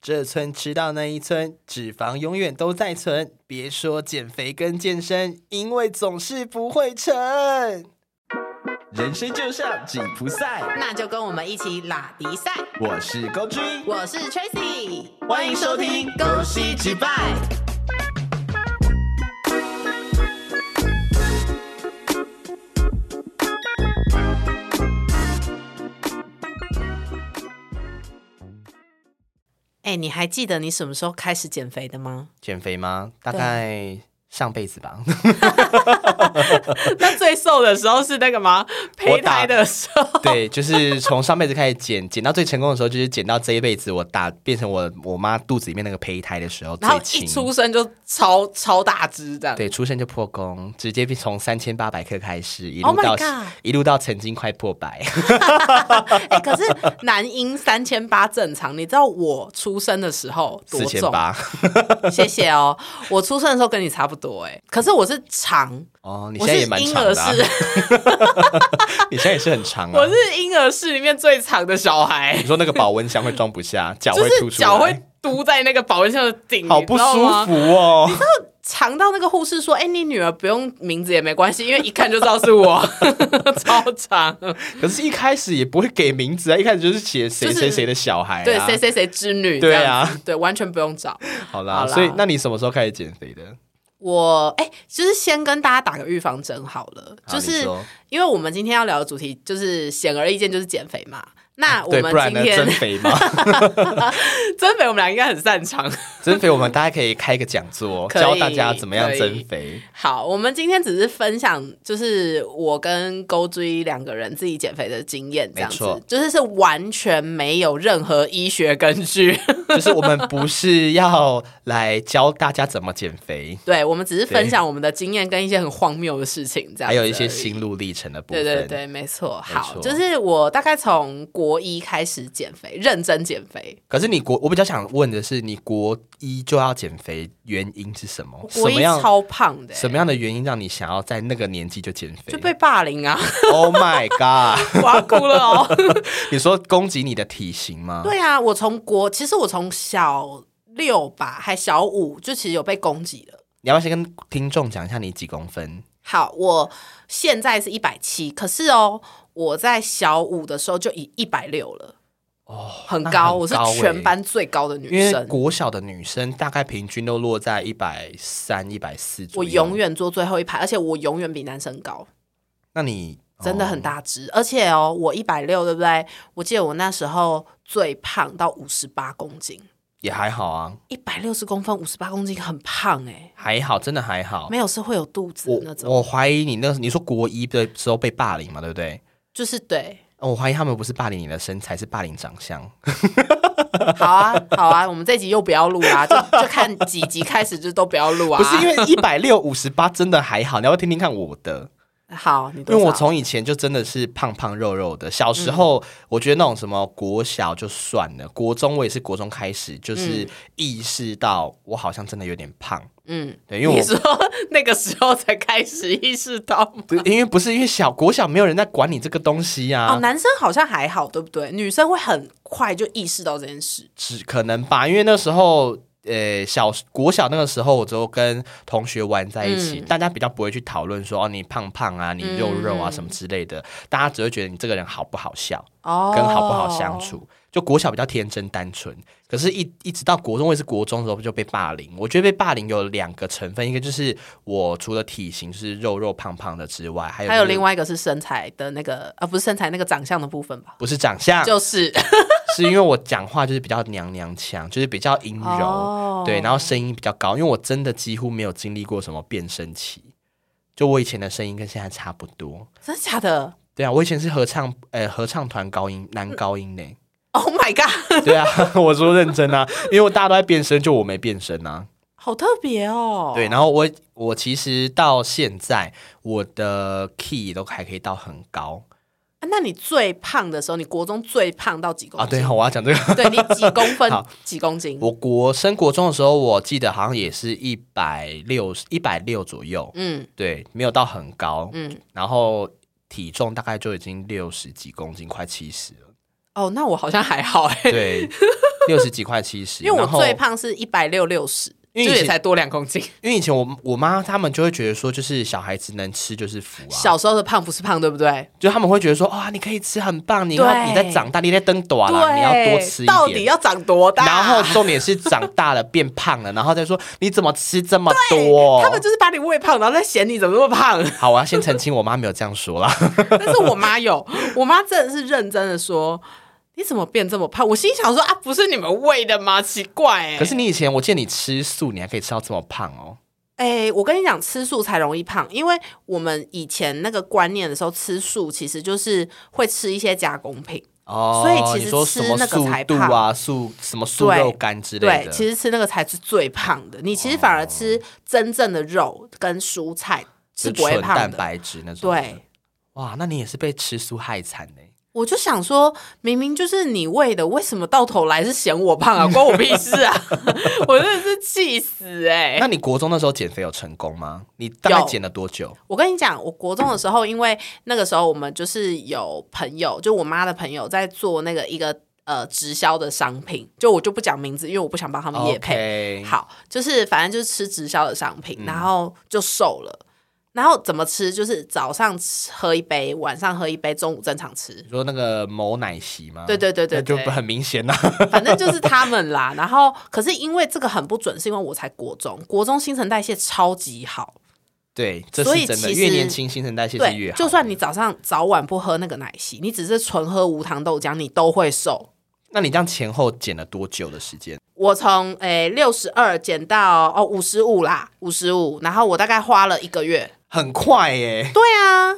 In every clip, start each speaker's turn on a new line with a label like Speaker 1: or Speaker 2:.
Speaker 1: 这村吃到那一村，脂肪永远都在存。别说减肥跟健身，因为总是不会成。人生就像紧箍赛，
Speaker 2: 那就跟我们一起拉迪赛。
Speaker 1: 我是高君，
Speaker 2: 我是 Tracy，
Speaker 1: 欢迎收听
Speaker 2: 《
Speaker 1: 恭喜击败》。
Speaker 2: 哎，你还记得你什么时候开始减肥的吗？
Speaker 1: 减肥吗？大概上辈子 吧。
Speaker 2: 那最瘦的时候是那个吗？胚胎的时候，
Speaker 1: 对，就是从上辈子开始减，减到最成功的时候，就是减到这一辈子我打变成我我妈肚子里面那个胚胎的时候
Speaker 2: 然后
Speaker 1: 最
Speaker 2: 一
Speaker 1: 轻。
Speaker 2: 出生就超超大只这样。
Speaker 1: 对，出生就破功，直接从三千八百克开始，一
Speaker 2: Oh
Speaker 1: 路
Speaker 2: my
Speaker 1: 到、
Speaker 2: God
Speaker 1: 一路到曾经快破百。
Speaker 2: 哎，可是男婴三千八正常，你知道我出生的时候多
Speaker 1: 四千
Speaker 2: 重？
Speaker 1: 八
Speaker 2: 谢谢哦，我出生的时候跟你差不多哎，可是我是长，
Speaker 1: 哦，你
Speaker 2: 我
Speaker 1: 现在
Speaker 2: 是
Speaker 1: 也蛮
Speaker 2: 婴
Speaker 1: 长
Speaker 2: 儿
Speaker 1: 的、啊，
Speaker 2: 室，
Speaker 1: 你现在也是很长啊
Speaker 2: 我。是婴儿室里面最长的小孩
Speaker 1: 你，说那个保温箱会装不下，脚
Speaker 2: 就
Speaker 1: 会凸
Speaker 2: 是
Speaker 1: 出来，
Speaker 2: 脚会嘟在那个保温箱的顶，
Speaker 1: 好
Speaker 2: 你
Speaker 1: 不
Speaker 2: 知道
Speaker 1: 舒
Speaker 2: 吗。
Speaker 1: 服哦。
Speaker 2: 长到那个护士说：“哎、你女儿不用名字也没关系，因为一看就知道是我， 超长。
Speaker 1: 可是，一开始也不会给名字啊，一开始就是写谁
Speaker 2: 就是
Speaker 1: 谁谁的小孩、啊。
Speaker 2: 对，谁谁谁之女，
Speaker 1: 对啊
Speaker 2: 这样子，对，完全不用找。
Speaker 1: 好啦，
Speaker 2: 好啦
Speaker 1: 所以那你什么时候开始减肥的？
Speaker 2: 我哎、就是先跟大家打个预防针好了，
Speaker 1: 好
Speaker 2: 就
Speaker 1: 你
Speaker 2: 是
Speaker 1: 说
Speaker 2: 因为我们今天要聊的主题就是显而易见就是减肥嘛。那我
Speaker 1: 啊对，
Speaker 2: 们
Speaker 1: 不然
Speaker 2: 今
Speaker 1: 呢？
Speaker 2: 天
Speaker 1: 增 肥嘛，
Speaker 2: 增肥，我们俩应该很擅长。
Speaker 1: 增肥我们大家可以开个讲座，
Speaker 2: 可以
Speaker 1: 教大家怎么样
Speaker 2: 可以
Speaker 1: 增肥。
Speaker 2: 好，我们今天只是分享，就是我跟勾追两个人自己减肥的经验，这样
Speaker 1: 没错
Speaker 2: 子，就是是完全没有任何医学根据。
Speaker 1: 就是我们不是要来教大家怎么减 肥，
Speaker 2: 对，我们只是分享我们的经验跟一些很荒谬的事情，这样子
Speaker 1: 还有一些
Speaker 2: 而已。
Speaker 1: 心路历程的部
Speaker 2: 对
Speaker 1: 分。
Speaker 2: 对对，没错。好，
Speaker 1: 错
Speaker 2: 就是我大概从国一开始减肥，认真减肥。
Speaker 1: 可是你国，我比较想问的是，你国一就要减肥，原因是什么？什
Speaker 2: 国一
Speaker 1: 么样
Speaker 2: 超胖的、欸
Speaker 1: 什么样的原因让你想要在那个年纪就减肥
Speaker 2: 就被霸凌 啊！
Speaker 1: ？Oh my god！
Speaker 2: 我要哭了哦。
Speaker 1: 你说攻击你的体型吗？
Speaker 2: 对啊，我从国，其实我从小六吧，还小五，就其实有被攻击了。
Speaker 1: 你要不要先跟听众讲一下你几公分？
Speaker 2: 好，我现在是一百七，可是哦，我在小五的时候就已一百六了，
Speaker 1: 哦，
Speaker 2: 很
Speaker 1: 那
Speaker 2: 高，
Speaker 1: 很
Speaker 2: 我是
Speaker 1: 高欸
Speaker 2: 全班最高的
Speaker 1: 因
Speaker 2: 女
Speaker 1: 为
Speaker 2: 生。
Speaker 1: 国小的女生大概平均都落在一百三、一百四左
Speaker 2: 我
Speaker 1: 右。
Speaker 2: 永远坐最后一排，而且我永远比男生高，
Speaker 1: 那你
Speaker 2: 真的
Speaker 1: 哦
Speaker 2: 很大只。而且哦，我一百六，对不对？我记得我那时候最胖到五十八公斤，
Speaker 1: 也还好啊，
Speaker 2: 一百六十公分，五十八公斤很胖哎、
Speaker 1: 还好，真的还好。
Speaker 2: 没有是会有肚子的那
Speaker 1: 我
Speaker 2: 种，
Speaker 1: 我怀疑你那你说国一的时候被霸凌嘛，对不对？
Speaker 2: 就是对。
Speaker 1: 哦我怀疑他们不是霸凌你的身材，是霸凌长相。
Speaker 2: 好啊，好啊，我们这集又不要录啦、就就看几集开始就都不要录啊。
Speaker 1: 不是因为一百六五十八真的还好，你要不要听听看我的？
Speaker 2: 好，你
Speaker 1: 因为
Speaker 2: 多
Speaker 1: 我
Speaker 2: 少
Speaker 1: 从以前就真的是胖胖肉肉的。小时
Speaker 2: 嗯
Speaker 1: 候我觉得那种什么国小就算了，国中我也是国中开始就是意识到我好像真的有点胖。
Speaker 2: 嗯，
Speaker 1: 对，因为
Speaker 2: 你
Speaker 1: 我
Speaker 2: 说那个时候才开始意识到吗？
Speaker 1: 不因为不是因为小国小没有人在管你这个东西啊呀、
Speaker 2: 哦，男生好像还好，对不对？女生会很快就意识到这件事。
Speaker 1: 只可能吧，因为那时候。呃，小国小那个时候，我就跟同学玩在一
Speaker 2: 嗯
Speaker 1: 起，大家比较不会去讨论说哦，你胖胖啊，你肉肉
Speaker 2: 嗯
Speaker 1: 啊、什么之类的，大家只会觉得你这个人好不好笑，
Speaker 2: 哦，
Speaker 1: 跟好不好相。处。就国小比较天真单纯，可是一，一直到国中，我也是国中的时候就被霸凌。我觉得被霸凌有两个成分，一个就是我除了体型就是肉肉胖胖的之外，还有、
Speaker 2: 还有另
Speaker 1: 外
Speaker 2: 外一个是身材的那个，啊，不是身材那个长相的部分吧？
Speaker 1: 不是长相，
Speaker 2: 就是
Speaker 1: 是因为我讲话就是比较娘娘腔，就是比较阴柔，
Speaker 2: 哦
Speaker 1: 嗯对，然后声音比较高，因为我真的几乎没有经历过什么变声期，就我以前的声音跟现在差不多。
Speaker 2: 真的假的
Speaker 1: 对啊，我以前是合唱，呃，合唱团高音
Speaker 2: 嗯
Speaker 1: 男高音呢。
Speaker 2: ？Oh my god，
Speaker 1: 对啊，我说认真啊，因为我大家都在变声，就我没变声啊。
Speaker 2: 好特别哦。
Speaker 1: 对，，然后我我其实到现在我的 key 都还可以到很高
Speaker 2: 啊那你最胖的时候，你国中最胖到几公
Speaker 1: 啊。对
Speaker 2: 斤？
Speaker 1: 哦，我要讲这个，
Speaker 2: 对，你几公分
Speaker 1: 好？
Speaker 2: 几公斤？
Speaker 1: 我国升国中的时候，我记得好像也是一百六一百六左右，
Speaker 2: 嗯
Speaker 1: 对，没有到很高，
Speaker 2: 嗯，
Speaker 1: 然后体重 大概就已经六十几公斤，快七十了，
Speaker 2: 哦，那我好像还好哎。
Speaker 1: 对，六十几块七十。
Speaker 2: 因为我
Speaker 1: 然后
Speaker 2: 最胖是一百六六十，就
Speaker 1: 因为以
Speaker 2: 也
Speaker 1: 前
Speaker 2: 才多两公斤。
Speaker 1: 因为以前我我妈他们就会觉得说，就是小孩子能吃就是福啊，
Speaker 2: 小时候的胖不是胖，对不对？
Speaker 1: 就他们会觉得说，哇、你可以吃很棒，你
Speaker 2: 对
Speaker 1: 要你在长大，你在登短了，你要多吃一
Speaker 2: 到底
Speaker 1: 点。
Speaker 2: 要长多大？
Speaker 1: 然后重点是长大了变胖了，然后再说你怎么吃这么多？
Speaker 2: 他们就是把你喂胖，然后再嫌你怎么那么胖。
Speaker 1: 好，我要先澄清，我妈没有这样说啦。
Speaker 2: 但是我妈有，我妈真的是认真的说。你怎么变这么胖？我心想说啊，不是你们喂的吗？奇怪哎、
Speaker 1: 可是你以前我见你吃素，你还可以吃到这么胖哦。
Speaker 2: 哎、我跟你讲，吃素才容易胖，因为我们以前那个观念的时候，吃素其实就是会吃一些加工品，
Speaker 1: 哦，
Speaker 2: 所以其实
Speaker 1: 你说
Speaker 2: 吃
Speaker 1: 什么
Speaker 2: 那个
Speaker 1: 素
Speaker 2: 才
Speaker 1: 肚
Speaker 2: 胖
Speaker 1: 啊，素什么素肉干之类的，哦
Speaker 2: 对，其实吃那个才是最胖的。你其实反而吃真正的肉跟蔬菜是
Speaker 1: 就
Speaker 2: 不会
Speaker 1: 纯
Speaker 2: 胖
Speaker 1: 蛋
Speaker 2: 的。
Speaker 1: 白质那种。
Speaker 2: 对，，
Speaker 1: 哇，那你也是被吃素害惨欸呢、
Speaker 2: 我就想说，明明就是你喂的，为什么到头来是嫌我胖啊？关我屁事啊！ 我真的是气死哎、
Speaker 1: 那你国中那时候减肥有成功吗？你大概
Speaker 2: 有
Speaker 1: 减了多久？
Speaker 2: 我跟你讲，我国中的时候，因为那个时候我们就是有朋友，就我妈的朋友在做那个一个呃直销的商品，就我就不讲名字，因为我不想帮他们业配。
Speaker 1: 哦 OK，
Speaker 2: 好，就是反正就是吃直销的商品，然后就瘦了。然后怎么吃？就是早上吃喝一杯，晚上喝一杯，中午正常吃
Speaker 1: 你。说那个某奶昔吗？
Speaker 2: 对对对对
Speaker 1: 那就
Speaker 2: 对
Speaker 1: 很明显啦、
Speaker 2: 反正就是他们啦。然后，可是因为这个很不准，是因为我才国中，国中新陈代谢超级好，
Speaker 1: 对，这
Speaker 2: 所以
Speaker 1: 是真的，
Speaker 2: 其实
Speaker 1: 越年轻新陈代谢是越
Speaker 2: 对，
Speaker 1: 好。
Speaker 2: 就算你早上早晚不喝那个奶昔，你只是纯喝无糖豆浆，你都会瘦。
Speaker 1: 那你这样前后减了多久的时间？
Speaker 2: 我从诶六十二减到哦五十五啦，五十五，然后我大概花了一个月。
Speaker 1: 很快耶、
Speaker 2: 对啊，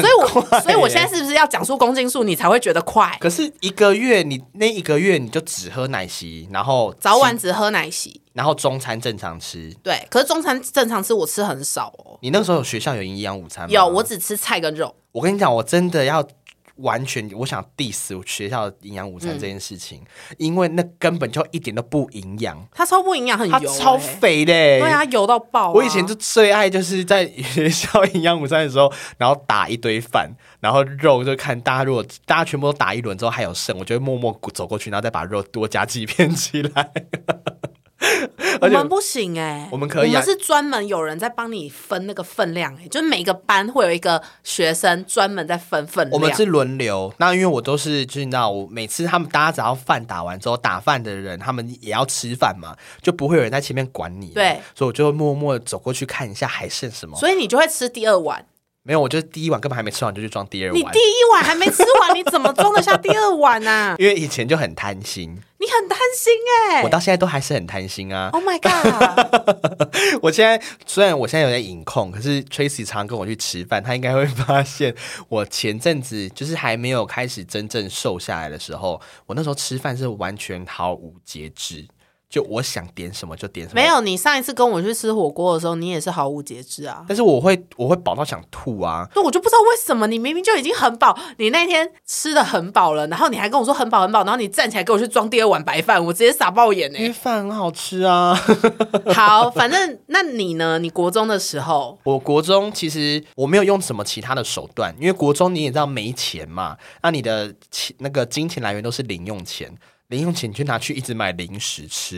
Speaker 2: 所以我
Speaker 1: 快
Speaker 2: 所以我
Speaker 1: 耶
Speaker 2: 现在是不是要讲述公斤数，你才会觉得快？
Speaker 1: 可是一个月你那一个月你就只喝奶昔，然后
Speaker 2: 早
Speaker 1: 吃
Speaker 2: 晚只喝奶昔，
Speaker 1: 然后中餐正常吃。
Speaker 2: 对。可是中餐正常吃，我吃很少哦。
Speaker 1: 你那个时候有学校有营养午餐吗？
Speaker 2: 有，我只吃菜跟肉。
Speaker 1: 我跟你讲，我真的要完全，我想 diss 我学校营养午
Speaker 2: 嗯
Speaker 1: 餐这件事情，因为那根本就一点都不营养，
Speaker 2: 它超不营养，很
Speaker 1: 它
Speaker 2: 油、
Speaker 1: 超
Speaker 2: 欸
Speaker 1: 肥的、欸。
Speaker 2: 对啊，油到爆啊、
Speaker 1: 我以前就最爱就是在学校营养午餐的时候，然后打一堆饭，然后肉就看大家如果大家全部都打一轮之后还有剩，我就会默默走过去，然后再把肉多加几片起来。
Speaker 2: 我
Speaker 1: 而且
Speaker 2: 们不行哎、
Speaker 1: 我们可以啊
Speaker 2: 我们是专门有人在帮你分那个分量哎、就是每个班会有一个学生专门在分分量。
Speaker 1: 我们是轮流，那因为我都是就是你知道，我每次他们大家只要饭打完之后，打饭的人他们也要吃饭嘛，就不会有人在前面管你。
Speaker 2: 对，
Speaker 1: 所以我就会默默地走过去看一下还剩什么。
Speaker 2: 所以你就会吃第二碗。
Speaker 1: 没有，我就是第一碗根本还没吃完就去装第二
Speaker 2: 你
Speaker 1: 碗
Speaker 2: 第，一碗还没吃 完，你怎么装得下第二碗啊？
Speaker 1: 因为以前就很贪心，
Speaker 2: 你很贪心哎、
Speaker 1: 我到现在都还是很贪心啊。
Speaker 2: Oh my god！
Speaker 1: 我现在虽然我现在有点隐控，可是 Tracy 常跟我去吃饭，他应该会发现我前阵子就是还没有开始真正瘦下来的时候，我那时候吃饭是完全毫无节制，就我想点什么就点什么。
Speaker 2: 没，有，你上一次跟我去吃火锅的时候，你也是毫无节制啊。
Speaker 1: 但是我会我会饱到想吐啊！
Speaker 2: 对，我就不知道为什么你明明就已经很饱，你那天吃的很饱了，然后你还跟我说很饱很饱，然后你站起来给我去装第二碗白饭，我直接傻爆眼哎、
Speaker 1: 因为饭很好吃啊！
Speaker 2: 好，反正那你呢？你国中的时候，
Speaker 1: 我国中其实我没有用什么其他的手段，因为国中你也知道没钱嘛，那你的钱那个金钱来源都是零用钱，零用钱你就拿去一直买零食吃。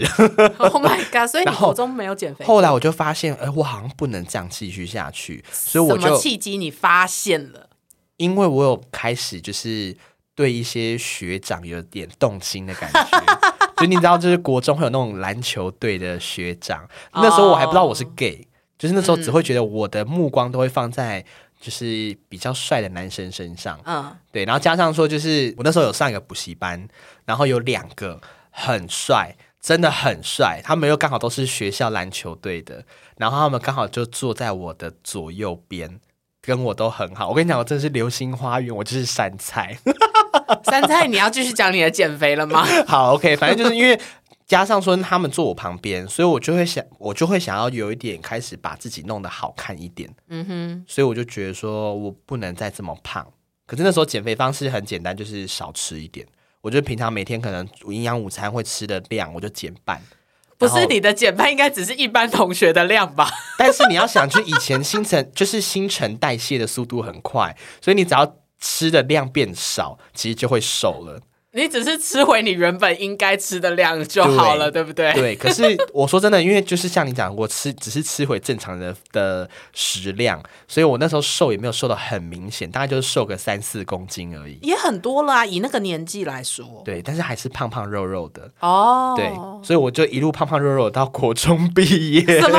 Speaker 2: ，Oh my god！所以你
Speaker 1: 然后
Speaker 2: 国中没有减肥，
Speaker 1: 后来我就发现，哎、我好像不能这样继续下去，所以我
Speaker 2: 什么
Speaker 1: 就
Speaker 2: 契机你发现了？
Speaker 1: 因为我有开始就是对一些学长有点动心的感觉， 就你知道，就是国中会有那种篮球队的学长，那时候我还不知道我是 gay，、就是
Speaker 2: 哦
Speaker 1: 那时
Speaker 2: 嗯
Speaker 1: 候只会觉得我的目光都会放在就是比较帅的男生身上，
Speaker 2: 嗯，
Speaker 1: 对，然后加上说，就是我那时候有上一个补习班，然后有两个很帅，真的很帅，他们又刚好都是学校篮球队的，然后他们刚好就坐在我的左右边，跟我都很好。我跟你讲，我真的是流星花园，我就是山菜。
Speaker 2: 山菜，你要继续讲你的减肥了吗？
Speaker 1: 好，OK，反正就是因为加上说他们坐我旁边，所以我就会想，我就会想要有一点开始把自己弄得好看一点。嗯哼，所以我就觉得说我不能再这么胖。可是那时候减肥方式很简单，就是少吃一点。我就平常每天可能营养午餐会吃的量，我就减半。
Speaker 2: 不
Speaker 1: 然
Speaker 2: 是
Speaker 1: 后
Speaker 2: 你的减肥应该只是一般同学的量吧？
Speaker 1: 但是你要想，就以前新陈就是新陈代谢的速度很快，所以你只要吃的量变少，其实就会瘦了。
Speaker 2: 你只是吃回你原本应该吃的量就好了，对不对？
Speaker 1: 对，可是我说真的，因为就是像你讲，我吃只是吃回正常的的食量，所以我那时候瘦也没有瘦的很明显，大概就是瘦个三四公斤而已。
Speaker 2: 也很多了、啊，以那个年纪来说。
Speaker 1: 对，但是还是胖胖肉肉的。
Speaker 2: 哦，
Speaker 1: 对，所以我就一路胖胖肉肉到国中毕业。
Speaker 2: 什么？就这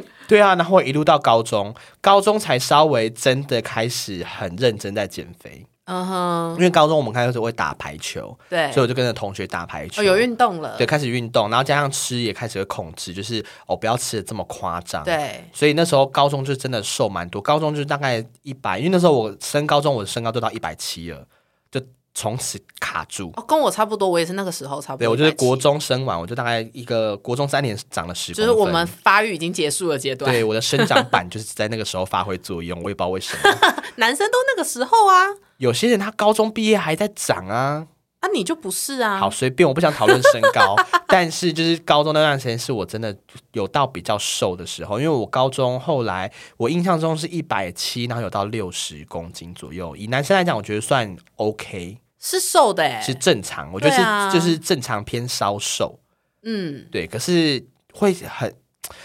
Speaker 2: 样？
Speaker 1: 对啊，然后一路到高中，高中才稍微真的开始很认真在减肥。
Speaker 2: 嗯哼，
Speaker 1: 因为高中我们开始会打排球，
Speaker 2: 对
Speaker 1: 所以我就跟着同学打排球，
Speaker 2: 哦，有运动了，
Speaker 1: 对，开始运动，然后加上吃也开始会控制，就是哦不要吃的这么夸张，，
Speaker 2: 对
Speaker 1: 所以那时候高中就真的瘦蛮多，高中就大概一百，因为那时候我升高中我的身高就到一百七了，就从此卡住。
Speaker 2: 哦，跟我差不多，我也是那个时候差不多。
Speaker 1: 对，我就是国
Speaker 2: 170，
Speaker 1: 中升完，我就大概一个国中三年长了十公
Speaker 2: 就
Speaker 1: 分，
Speaker 2: 是我们发育已经结束的阶段。
Speaker 1: 对我的生长板就是在那个时候发挥作用，我也不知道为什 么。
Speaker 2: 男生都那个时候啊，
Speaker 1: 有些人他高中毕业还在长啊，
Speaker 2: 啊，你就不是啊。
Speaker 1: 好，随便，我不想讨论身高， 但是就是高中那段时间是我真的有到比较瘦的时候，因为我高中后来我印象中是一百七，然后有到六十公斤左右，以男生来讲，我觉得算 OK，
Speaker 2: 是瘦的哎、
Speaker 1: 是正常，我觉得是、
Speaker 2: 对啊
Speaker 1: 就是正常偏稍瘦，
Speaker 2: 嗯，
Speaker 1: 对，可是会很。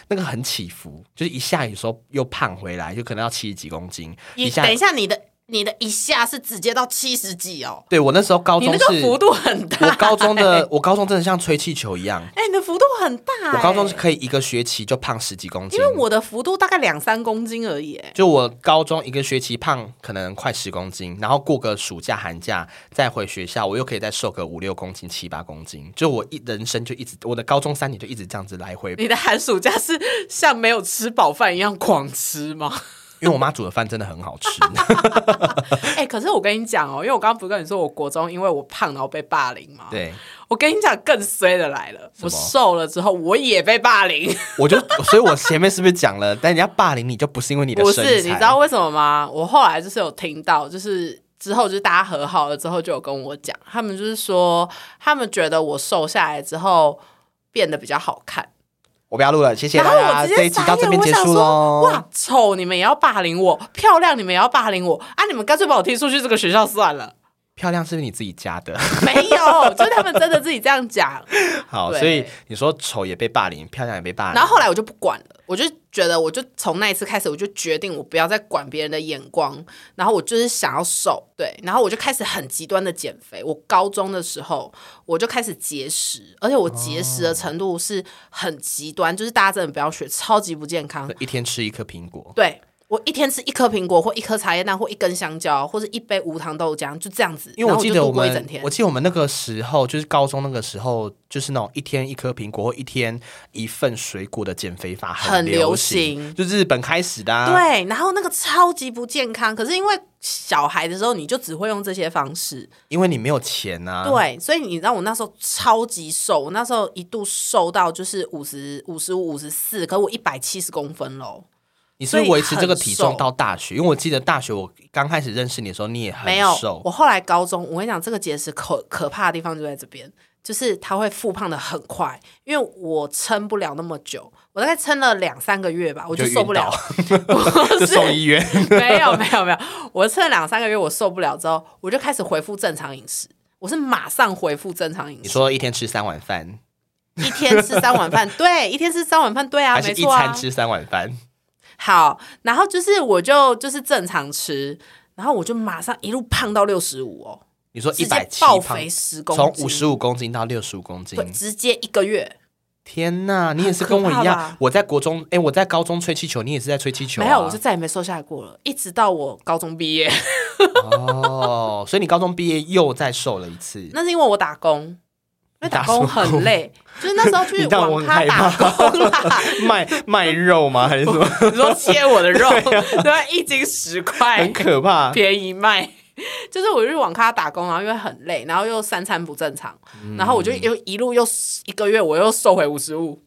Speaker 1: 那个很起伏，就是一下有时候又胖回来，就可能要七十几公斤，一
Speaker 2: 你
Speaker 1: 下
Speaker 2: 等一下，你的你的一下是直接到七十几哦，
Speaker 1: 对我那时候高
Speaker 2: 你
Speaker 1: 中
Speaker 2: 那
Speaker 1: 是
Speaker 2: 个，幅度很大、欸
Speaker 1: 我高中的我高中真的像吹气球一样，
Speaker 2: 哎、你的幅度很大、
Speaker 1: 我高中
Speaker 2: 哎
Speaker 1: 是可以一个学期就胖十几公斤
Speaker 2: 因，为我的幅度大概两三公斤而已、哎
Speaker 1: 就我高中一个学期胖可能快十公斤，然后过个暑假寒假再回学校，我又可以再瘦个五六公斤七八公斤，就我一人生就一直我的高中三年就一直这样子来 回，
Speaker 2: 你的寒暑假是像没有吃饱饭一样狂 吃吗？
Speaker 1: 因为我妈煮的饭真的很 好吃，
Speaker 2: 哎、可是我跟你讲哦，因为我刚刚不是跟你说，我国中因为我胖然后被霸凌嘛，
Speaker 1: 对
Speaker 2: 我跟你讲，更衰的来了，
Speaker 1: 么
Speaker 2: 我瘦了之后我也被霸凌。
Speaker 1: 我就所以，我前面是不是讲了？但人家霸凌你就不是因为你的
Speaker 2: 不
Speaker 1: 身材，
Speaker 2: 是，你知道为什么吗？我后来就是有听到，就是之后就是大家和好了之后，就有跟我讲，他们就是说，他们觉得我瘦下来之后变得比较好看。
Speaker 1: 我不要录了，谢谢
Speaker 2: 然
Speaker 1: 大
Speaker 2: 后我
Speaker 1: 家，
Speaker 2: 直
Speaker 1: 啊这
Speaker 2: 接
Speaker 1: 一集
Speaker 2: 傻
Speaker 1: 到这
Speaker 2: 眼，
Speaker 1: 边
Speaker 2: 我
Speaker 1: 结
Speaker 2: 想
Speaker 1: 束
Speaker 2: 说，
Speaker 1: 喽。
Speaker 2: 哇，丑你们也要霸凌我，漂亮你们也要霸凌我啊！你们干脆把我踢出去这个学校 算了。
Speaker 1: 漂亮是不是你自己加的？
Speaker 2: 没有，就是他们真的自己这样讲。
Speaker 1: 好，
Speaker 2: 对
Speaker 1: 所以你说丑也被霸凌，漂亮也被霸凌，
Speaker 2: 然后后来我就不管了，我就觉得，我就从那一次开始，我就决定我不要再管别人的眼光，然后我就是想要瘦，对，然后我就开始很极端的减肥。我高中的时候我就开始节食，而且我节食
Speaker 1: 哦
Speaker 2: 的程度是很极端，就是大家真的不要学，超级不健康。
Speaker 1: 一天吃一颗苹果。
Speaker 2: 对我一天吃一颗苹果，或一颗茶叶蛋，或一根香蕉，或者一杯无糖豆浆，就这样子。
Speaker 1: 因为
Speaker 2: 然
Speaker 1: 我
Speaker 2: 后
Speaker 1: 记
Speaker 2: 就
Speaker 1: 得
Speaker 2: 度
Speaker 1: 我
Speaker 2: 过一
Speaker 1: 们
Speaker 2: 整天，
Speaker 1: 我记得我们那个时候就是高中那个时候，就是那种一天一颗苹果或一天一份水果的减肥法
Speaker 2: 很
Speaker 1: 流
Speaker 2: 流
Speaker 1: 行，
Speaker 2: 行
Speaker 1: 就日本开始的、啊。
Speaker 2: 对，然后那个超级不健康。可是因为小孩的时候，你就只会用这些方式。
Speaker 1: 因为你没有钱啊。
Speaker 2: 对，所以你知道我那时候超级瘦，我那时候一度瘦到就是五十五十五、五十四，可我一百七十公分喽，
Speaker 1: 你是
Speaker 2: 所以
Speaker 1: 维持这个
Speaker 2: 很
Speaker 1: 体重
Speaker 2: 瘦
Speaker 1: 到大学，因为我记得大学我刚开始认识你的时候，啊你也很
Speaker 2: 没有
Speaker 1: 瘦。。
Speaker 2: 我后来高中，我跟你讲，这个节食可可怕的地方就在这边，就是它会复胖的很快，因为我撑不了那么久，我大概撑了两三个月吧，我
Speaker 1: 就
Speaker 2: 受不
Speaker 1: 晕
Speaker 2: 了
Speaker 1: 倒，
Speaker 2: 不
Speaker 1: 就是送医院，
Speaker 2: 没有没有没有，我吃了两三个月，我受不了之后，我就开始恢复正常饮食。我是马上恢复正常饮
Speaker 1: 你
Speaker 2: 食，
Speaker 1: 说一天吃三碗饭，
Speaker 2: 一天吃三碗 饭，对，一天吃三碗饭，对啊，
Speaker 1: 还
Speaker 2: 没
Speaker 1: 是一
Speaker 2: 错啊
Speaker 1: 餐。吃三碗饭？
Speaker 2: 好，然后就是我就就是正常吃，然后我就马上一路胖到六十五哦，
Speaker 1: 你说一
Speaker 2: 直
Speaker 1: 百
Speaker 2: 接
Speaker 1: 七
Speaker 2: 暴
Speaker 1: 胖
Speaker 2: 肥，十公
Speaker 1: 从
Speaker 2: 斤，
Speaker 1: 五十五公斤到六十五公斤
Speaker 2: 对，，直接一个月。
Speaker 1: 天呐，你也是
Speaker 2: 很可
Speaker 1: 跟我一
Speaker 2: 怕
Speaker 1: 样
Speaker 2: 吧，
Speaker 1: 我在国中，哎，我在高中吹气球，你也是在吹气球啊，
Speaker 2: 没有，我就再也没瘦下来过了，一直到我高中毕业。
Speaker 1: 哦，所以你高中毕业又再瘦了一次。
Speaker 2: 那是因为我打工，因为
Speaker 1: 打
Speaker 2: 打
Speaker 1: 什么
Speaker 2: 工很
Speaker 1: 工
Speaker 2: 累， 就是那时候
Speaker 1: 你
Speaker 2: 去
Speaker 1: 让我
Speaker 2: 网
Speaker 1: 很
Speaker 2: 咖
Speaker 1: 害
Speaker 2: 打
Speaker 1: 怕
Speaker 2: 工啦。
Speaker 1: 卖卖肉吗？还是什 么？
Speaker 2: 你说切我 的肉，对、啊，一斤十块
Speaker 1: 很，可 怕。
Speaker 2: 便宜卖。就是我去网咖打工，然后因为很累，然后又三餐不正常，
Speaker 1: 嗯
Speaker 2: 然后我就又一路又一个月，我又瘦回五十五，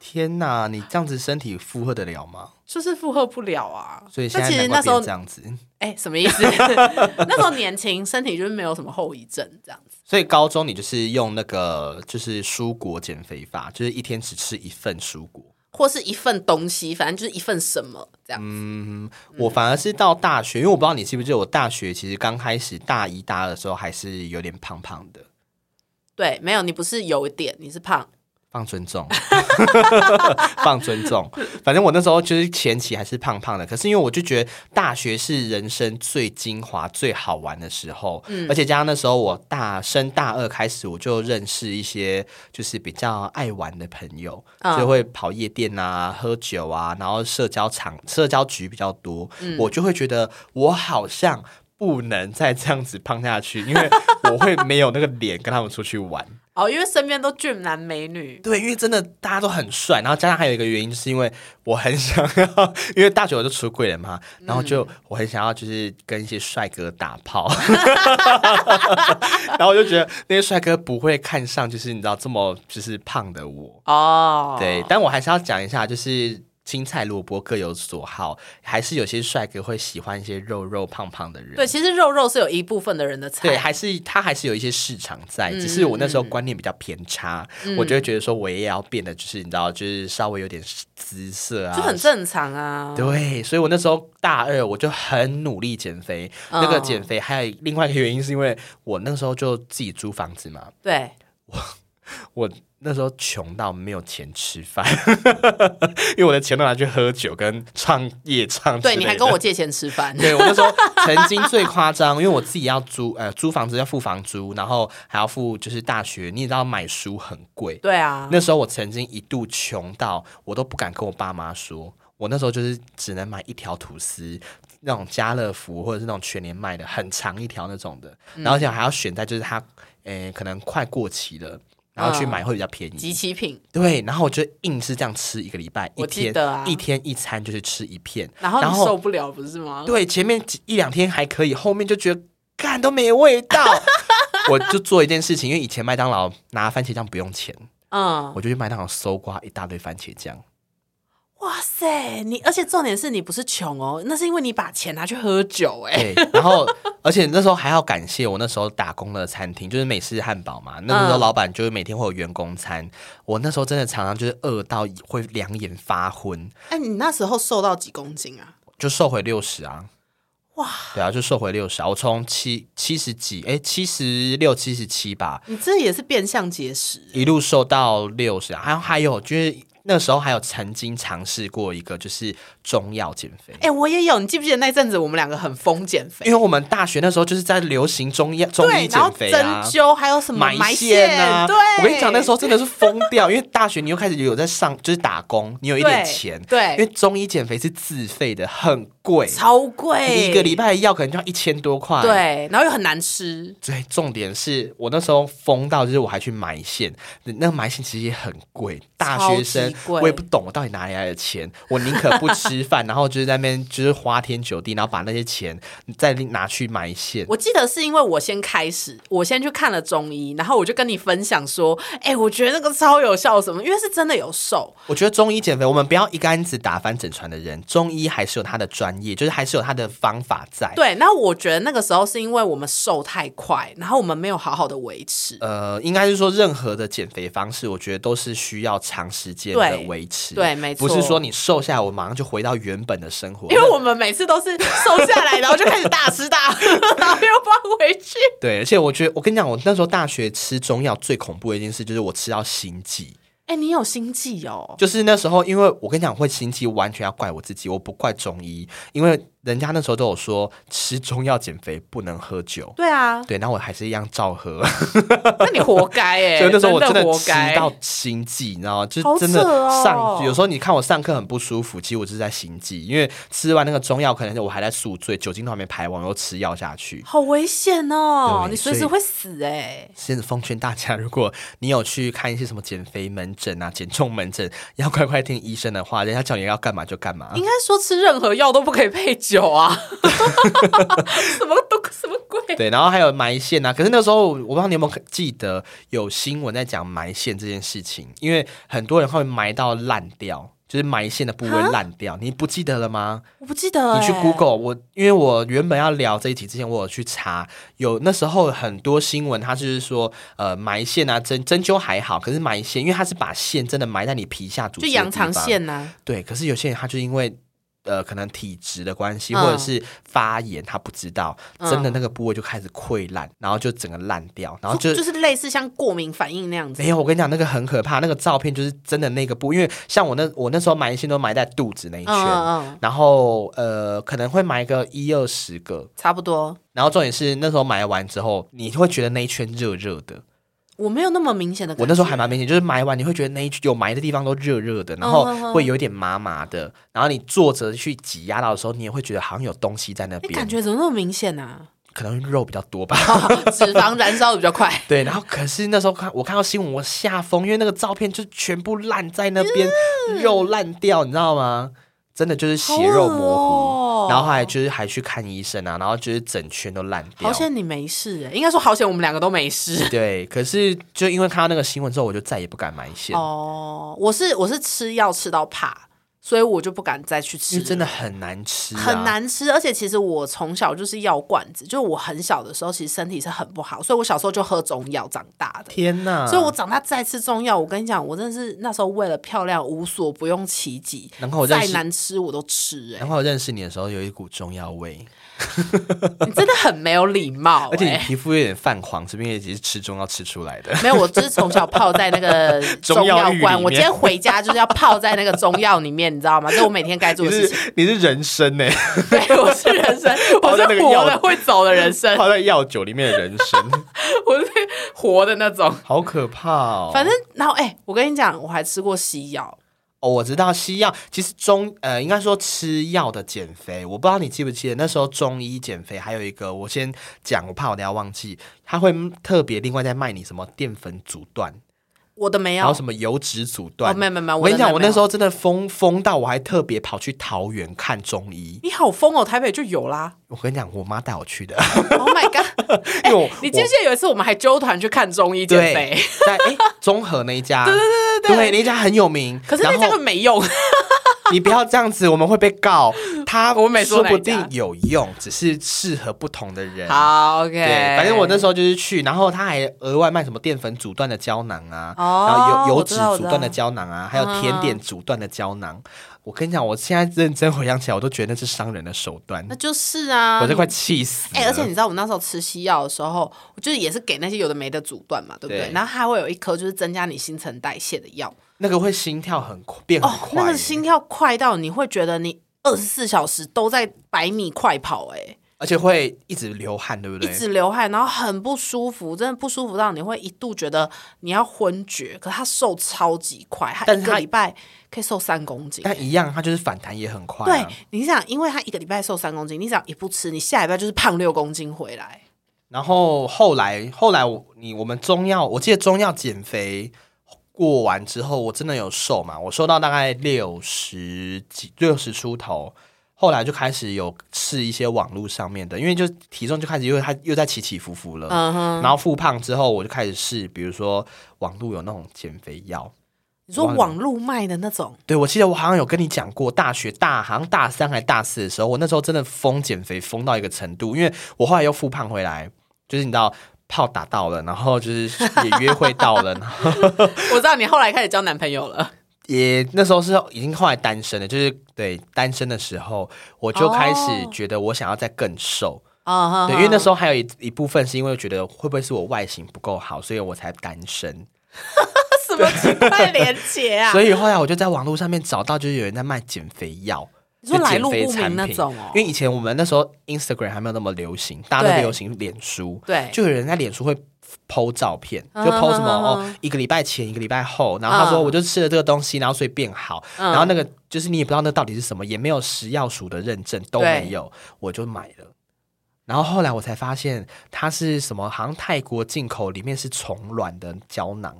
Speaker 1: 天哪，你这样子身体负荷得了吗？
Speaker 2: 就是负荷不了啊。
Speaker 1: 所以现在
Speaker 2: 但其实
Speaker 1: 难
Speaker 2: 那
Speaker 1: 怪
Speaker 2: 时候
Speaker 1: 变这，样子。
Speaker 2: 哎、什么意思？ 那时候年轻，身体就是没有什么后遗症，这样子。
Speaker 1: 所以高中你就是用那个就是蔬果减肥法，就是一天只吃一份蔬果。
Speaker 2: 或是一份东西，反正就是一份什么这样子。
Speaker 1: 嗯我
Speaker 2: 嗯
Speaker 1: 反而是到大学，因为我不知道你记不记得，我大学其实刚开始大一大二的时候还是有点胖胖的。
Speaker 2: 对，没有，你不是有一点，你是胖。
Speaker 1: 放尊重， 放尊重。反正我那时候就是前期还是胖胖的，可是因为我就觉得大学是人生最精华、最好玩的时候，而且加上那时候我大升大二开始，我就认识一些就是比较爱玩的朋友，
Speaker 2: 嗯
Speaker 1: 就会跑夜店啊、喝酒啊，然后社交场、社交局比较多，我就会觉得我好像。不能再这样子胖下去，因为我会没有那个脸跟他们出去玩。
Speaker 2: 哦，因为身边都俊男美女，
Speaker 1: 对，因为真的大家都很帅，然后加上还有一个原因，就是因为我很想要， 因为大学我就出柜了嘛，然后就我很想要就是跟一些帅哥打炮， 然后我就觉得那些帅哥不会看上，就是你知道这么就是胖的我。
Speaker 2: 哦，
Speaker 1: 对，但我还是要讲一下，就是。青菜萝卜各有所好，还是有些帅哥会喜欢一些肉肉胖胖的人。
Speaker 2: 对，其实肉肉是有一部分的人的菜，啊嗯
Speaker 1: 对，还是他还是有一些市场在，只是我那时候观念比较偏差，我就会觉得说我也要变得就是你知道，就是稍微有点姿色啊，
Speaker 2: 就很正常啊。
Speaker 1: 对，所以我那时候大二我就很努力减肥，
Speaker 2: 嗯
Speaker 1: 那个减肥还有另外一个原因是因为我那时候就自己租房子嘛，
Speaker 2: 对，
Speaker 1: 我。那时候穷到没有钱吃饭， 因为我的钱都拿去喝酒跟唱夜唱之类
Speaker 2: 对，
Speaker 1: 的。
Speaker 2: 你还跟我借钱吃饭，
Speaker 1: 对我那时候曾经最夸张，因为我自己要租呃租房子要付房租，然后还要付就是大学，你也知道买书很贵。
Speaker 2: 对啊，
Speaker 1: 那时候我曾经一度穷到我都不敢跟我爸妈说，我那时候就是只能买一条吐司，那种家乐福或者是那种全年卖的很长一条那种的，
Speaker 2: 嗯
Speaker 1: 然后而且还要选在就是它诶、可能快过期了。然
Speaker 2: 嗯
Speaker 1: 后去买会比较便宜，
Speaker 2: 集齐品，
Speaker 1: 对，然后我就硬是这样吃一个礼拜，一
Speaker 2: 我记
Speaker 1: 天、
Speaker 2: 得啊
Speaker 1: 一天一餐就是吃一片，
Speaker 2: 然后
Speaker 1: 然
Speaker 2: 你
Speaker 1: 后
Speaker 2: 受不了不是吗？
Speaker 1: 对，前面几一两天还可以，后面就觉得干都没味道。我就做一件事情，因为以前麦当劳拿番茄酱不用钱，
Speaker 2: 嗯，
Speaker 1: 我就去麦当劳搜刮一大堆番茄酱。
Speaker 2: 哇塞，你而且重点是你不是穷哦，那是因为你把钱拿去喝酒哎、
Speaker 1: 对，然后而且那时候还要感谢我那时候打工的餐厅，就是美式汉堡嘛。那时候
Speaker 2: 嗯
Speaker 1: 老板就是每天会有员工餐，我那时候真的常常就是饿到会两眼发昏，
Speaker 2: 哎、你那时候瘦到几公斤啊？
Speaker 1: 就瘦回六十啊。哇，对啊，就瘦回六十啊！我从七七十几，哎，七十六、七十七吧，
Speaker 2: 你这也是变相节食
Speaker 1: 一路瘦到六十，啊还有还有就是那时候还有曾经尝试过一个就是中药减肥。
Speaker 2: 哎、我也有，你记不记得那阵子我们两个很疯减肥？
Speaker 1: 因为我们大学那时候就是在流行中药、中
Speaker 2: 对
Speaker 1: 医，
Speaker 2: 然后
Speaker 1: 减肥
Speaker 2: 针
Speaker 1: 啊，
Speaker 2: 灸，还有什么埋
Speaker 1: 线啊。
Speaker 2: 对，
Speaker 1: 我跟你讲，那时候真的是疯掉，因为大学你又开始有在上，就是打工，你有一点
Speaker 2: 对
Speaker 1: 钱，
Speaker 2: 对
Speaker 1: 因为中医减肥是自费的，很贵，
Speaker 2: 超贵，
Speaker 1: 你一个礼拜的药可能就要一千多块，
Speaker 2: 对，然后又很难吃，
Speaker 1: 对，重点是我那时候疯到，就是我还去埋线，那个埋线其实也很贵，大
Speaker 2: 超
Speaker 1: 学
Speaker 2: 级
Speaker 1: 生
Speaker 2: 贵
Speaker 1: 我也不懂我到底哪里来的钱，我宁可不吃饭， 然后就是在那边就是花天酒地，然后把那些钱再拿去埋线。
Speaker 2: 我记得是因为我先开始，我先去看了中医，然后我就跟你分享说，哎、我觉得那个超有效，什么，因为是真的有瘦，
Speaker 1: 我觉得中医减肥，我们不要一竿子打翻整船的人，中医还是有他的专业，就是还是有他的方法在。
Speaker 2: 对。然后我觉得那个时候是因为我们瘦太快，然后我们没有好好的维持，
Speaker 1: 呃，应该是说任何的减肥方式，我觉得都是需要长时间的
Speaker 2: 对
Speaker 1: 维持。
Speaker 2: 对没
Speaker 1: 不是
Speaker 2: 错
Speaker 1: 说你瘦下来，我马上就回到原本的生活。
Speaker 2: 因为我们每次都是瘦下来，然后就开始大吃大喝， 然后又放回去。
Speaker 1: 对，而且我觉得，我跟你讲，我那时候大学吃中药最恐怖的一件事，就是我吃到心悸。
Speaker 2: 哎、你有心计哦，
Speaker 1: 就是那时候，因为我跟你讲，会心悸完全要怪我自己，我不怪中医，因为人家那时候都有说吃中药减肥不能喝酒。
Speaker 2: 对啊，
Speaker 1: 对，那我还是一样照喝，
Speaker 2: 那你 活该哎、
Speaker 1: 所以那时候我真
Speaker 2: 的
Speaker 1: 的
Speaker 2: 活
Speaker 1: 吃
Speaker 2: 该。
Speaker 1: 到心悸，你知道吗？就
Speaker 2: 好
Speaker 1: 是真的
Speaker 2: 扯哦
Speaker 1: 上，有时候你看我上课很不舒服，其实我就是在心悸，因为吃完那个中药，可能我还在宿醉，酒精都还没排完，我又吃药下去。
Speaker 2: 好危险哦！
Speaker 1: 对
Speaker 2: 你随时
Speaker 1: 所以
Speaker 2: 会死哎、
Speaker 1: 先奉劝大家，如果你有去看一些什么减肥门诊啊、减重门诊，要乖乖听医生的话，人家叫你要干嘛就干嘛
Speaker 2: 应。该说吃任何药都不可以配 酒啊，什么都什么鬼？
Speaker 1: 对，然后还有埋线啊。可是那时候我不知道你有没有记得有新闻在讲埋线这件事情，因为很多人会埋到烂掉，就是埋线的部位
Speaker 2: 哈
Speaker 1: 烂掉。你不记得了吗？
Speaker 2: 我不记得、欸。
Speaker 1: 你去 Google，我因为我原本要聊这一题之前，我有去查，有那时候很多新闻，它就是说，呃，埋线啊，针针灸还好，可是埋线，因为它是把线真的埋在你皮下组织
Speaker 2: 就
Speaker 1: 的
Speaker 2: 羊
Speaker 1: 地
Speaker 2: 肠
Speaker 1: 方，
Speaker 2: 线呐、啊
Speaker 1: 对。可是有些人他就因为呃可能体质的关系，
Speaker 2: 嗯
Speaker 1: 或者是发炎，他不知道，真的那个部位就开始溃烂，然后就整个烂掉，然后就哎
Speaker 2: 就就是类似像过敏反应那样子
Speaker 1: 没。有，我跟你讲，那个很可怕，那个照片就是真的那个布，因为像我那我那时候埋线都埋在肚子那一
Speaker 2: 嗯
Speaker 1: 圈，
Speaker 2: 嗯嗯，
Speaker 1: 然后呃可能会埋个一二十个，
Speaker 2: 差不多。
Speaker 1: 然后重点是那时候埋完之后，你会觉得那一圈热热的，
Speaker 2: 我没有那么明显的感觉，
Speaker 1: 我那时候还蛮明显，就是埋完你会觉得那一圈有埋的地方都热热的，然
Speaker 2: 嗯
Speaker 1: 后会有点麻麻的，然后你坐着去挤压到的时候，你也会觉得好像有东西在那
Speaker 2: 你哎感
Speaker 1: 边，
Speaker 2: 觉怎么那么明显啊？
Speaker 1: 可能肉比较多吧。
Speaker 2: 脂肪燃烧的比较快，
Speaker 1: 对，然后可是那时候看我看到新闻，我吓疯，因为那个照片就全部烂在那边，
Speaker 2: 嗯
Speaker 1: 肉烂掉，你知道吗？真的就是 血肉模糊。
Speaker 2: 糊
Speaker 1: 然后后来就是还去看医生啊，然后就是整圈都烂掉
Speaker 2: 好。险你没事、欸，应该说好险我们两个都没事。
Speaker 1: 对，可是就因为看到那个新闻之后，我就再也不敢买线，
Speaker 2: 哦，我是我是吃药吃到怕，所以我就不敢再去
Speaker 1: 因
Speaker 2: 吃
Speaker 1: 为
Speaker 2: 了，
Speaker 1: 真的很难吃、啊，
Speaker 2: 很。难吃。而且其实我从小就是药罐子，就是我很小的时候其实身体是很不好，所以我小时候就喝中药长大的。
Speaker 1: 天哪！
Speaker 2: 所以，我长大再吃中药，我跟你讲，我真的是那时候为了漂亮无所不用其极，
Speaker 1: 然后我认
Speaker 2: 再
Speaker 1: 识，
Speaker 2: 难吃我都吃、欸。
Speaker 1: 然后我认识你的时候，有一股中药味，
Speaker 2: 你真的很没有礼貌、欸，
Speaker 1: 而且你皮肤有点泛黄，是不是也只是吃中药吃出来的？
Speaker 2: 没有，我就是从小泡在那个中药
Speaker 1: 中药浴里
Speaker 2: 罐。
Speaker 1: 面
Speaker 2: 我今天回家就是要泡在那个中药里面，你知道吗？这 是我每天该做
Speaker 1: 你
Speaker 2: 的事情。
Speaker 1: 是你是人参欸呢、
Speaker 2: 对，我是人生，我
Speaker 1: 泡
Speaker 2: 是
Speaker 1: 在那个药
Speaker 2: 活的会走的人生，
Speaker 1: 泡在药酒里面的人参。
Speaker 2: 我是活的那种。
Speaker 1: 好可怕哦！
Speaker 2: 反正，然后哎、我跟你讲，我还吃过西药，
Speaker 1: 哦，我知道西药，其实中呃，应该说吃药的减肥，我不知道你记不记得那时候中医减肥还有一个，我先讲，我怕我等一下忘记，他会特别另外再卖你什么淀粉阻断，
Speaker 2: 我的没
Speaker 1: 然后
Speaker 2: 有。
Speaker 1: 什么油脂阻
Speaker 2: 哦，
Speaker 1: 断。
Speaker 2: 没有没有没有，
Speaker 1: 我跟你讲，我那时
Speaker 2: 候
Speaker 1: 候真的疯疯到我还特别跑去桃园看中医。
Speaker 2: 你好疯哦，台北就有啦。
Speaker 1: 我跟你讲，我妈带我 去的，
Speaker 2: Oh my god！
Speaker 1: 因为我
Speaker 2: 哎你记不记得有一次我们还揪团去看中医减
Speaker 1: 对
Speaker 2: 肥？
Speaker 1: 在哎综合那一 家，对对对对对，那一家很有名。
Speaker 2: 可是
Speaker 1: 然
Speaker 2: 那家
Speaker 1: 后
Speaker 2: 会没 用，
Speaker 1: 你不要这样子，我们会被 告。他
Speaker 2: 我没说
Speaker 1: 说
Speaker 2: 哪
Speaker 1: 不
Speaker 2: 一家
Speaker 1: 定有用，只是适合不同的人。
Speaker 2: 好 OK。
Speaker 1: 对，反正我那时候就是去，然后他还额外卖什么淀粉阻断的胶囊啊，
Speaker 2: 哦
Speaker 1: 然后油油
Speaker 2: 我
Speaker 1: 脂
Speaker 2: 知道我
Speaker 1: 阻
Speaker 2: 知道
Speaker 1: 断的胶囊啊，还有甜点阻断的胶囊。我跟你讲，我现在认真回想起来，我都觉得那是商人的手段
Speaker 2: 那，就是啊，
Speaker 1: 我都快气死了。
Speaker 2: 哎、而且你知道我那时候吃西药的时候，我就是也是给那些有的没的阻断嘛，对不对？
Speaker 1: 对
Speaker 2: 然后它会有一颗就是增加你新陈代谢的药，
Speaker 1: 那个会心跳很快，变很
Speaker 2: 哦，
Speaker 1: 快耶、欸
Speaker 2: 那个心跳快到你会觉得你二十四小时都在百米快跑、哎，
Speaker 1: 而且会一直流汗，对不
Speaker 2: 一
Speaker 1: 对？
Speaker 2: 直流汗，然后很不舒服，真的不舒服到你会一度觉得你要昏厥。可是它瘦超级快，它
Speaker 1: 但
Speaker 2: 一
Speaker 1: 是
Speaker 2: 个
Speaker 1: 它
Speaker 2: 礼拜可以瘦三公斤。欸
Speaker 1: 但一样，它就是反弹也很快、啊。
Speaker 2: 对，你想，因为它一个礼拜瘦三公斤，你只要一不吃，你下礼拜就是胖六公斤回来。
Speaker 1: 然后后来后来我你我们中药，我记得中药减肥过完之后，我真的有瘦嘛，我瘦到大概六十几六十出头。后来就开始有试一些网络上面的，因为就体重就开始又它又在起起伏伏了。
Speaker 2: 嗯哼，
Speaker 1: 然后复胖之后，我就开始试，比如说网络有那种减肥药，
Speaker 2: 你说
Speaker 1: 忘了
Speaker 2: 网路卖的那 种，
Speaker 1: 对，我记得我好像有跟你讲过，大学大好像大三还大四的时候，我那时候真的疯减肥疯到一个程度，因为我后来又复胖回来，就是你知道炮打到了，然后就是也约会到了，然后
Speaker 2: 我知道你后来开始交男朋友了。
Speaker 1: 也那时候是已经后来单身了，就是对单身的时候，我就开始
Speaker 2: 哦
Speaker 1: 觉得我想要再更瘦，
Speaker 2: 啊哈
Speaker 1: 对，因为那时
Speaker 2: 候
Speaker 1: 候还有一一部分是因为觉得会不会是我外形不够好，所以我才单身，
Speaker 2: 什么奇怪连接 啊？
Speaker 1: 所以后来我就在网络上面找到就是有人在卖减肥药。
Speaker 2: 你说
Speaker 1: 就
Speaker 2: 来
Speaker 1: 减
Speaker 2: 路
Speaker 1: 肥
Speaker 2: 不
Speaker 1: 产
Speaker 2: 明那
Speaker 1: 品
Speaker 2: 种哦
Speaker 1: 因，为以前我们那时候 Instagram 还没有那么流行，大家都
Speaker 2: 对
Speaker 1: 流行脸书，
Speaker 2: 对，
Speaker 1: 就有人在脸书会 PO 照 片，就
Speaker 2: 嗯
Speaker 1: PO 什么
Speaker 2: 嗯
Speaker 1: 哦
Speaker 2: 嗯，
Speaker 1: 一个礼拜前，一个礼拜后，然后他说
Speaker 2: 嗯
Speaker 1: 我就吃了这个东西，然后所以变好，
Speaker 2: 嗯
Speaker 1: 然后那个就是你也不知道那到底是什么，也没有食药署的认证都
Speaker 2: 对
Speaker 1: 没有，我就买了。然后后来我才发现它是什么，好像泰国进口，里面是虫卵的胶囊。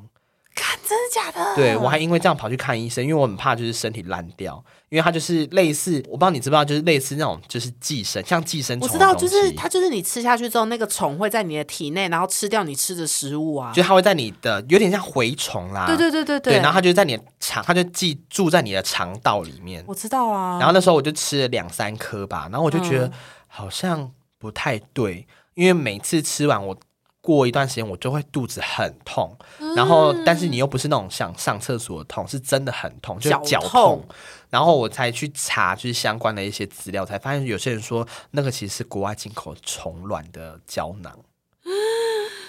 Speaker 2: 看真的假的？
Speaker 1: 对我还因为这样跑去看医生，因为我很怕就是身体烂掉，因为它就是类似，我不知道你知不知道，就是类似那种就是寄生，像寄生
Speaker 2: 我
Speaker 1: 虫
Speaker 2: 知
Speaker 1: 的东西，
Speaker 2: 道，就是它就是你吃下去之后，那个虫会在你的体内，然后吃掉你吃的食物啊。
Speaker 1: 就它会在你的有点像蛔虫啦，
Speaker 2: 对对对对
Speaker 1: 啊对
Speaker 2: 对，
Speaker 1: 然后它就在你的肠，它就寄住在你的肠道里面。
Speaker 2: 我知道啊，
Speaker 1: 然后那时候我就吃了两三嗯颗吧，然后我就觉得好像不太对，因为每次吃完我过一段时间我就会肚子很痛，然后但是你又不是那种想上厕所的痛，是真的很痛，就是
Speaker 2: 绞
Speaker 1: 脚
Speaker 2: 痛
Speaker 1: 痛。然后我才去查，就是相关的一些资料，才发现有些人说那个其实是国外进口虫卵的胶 囊。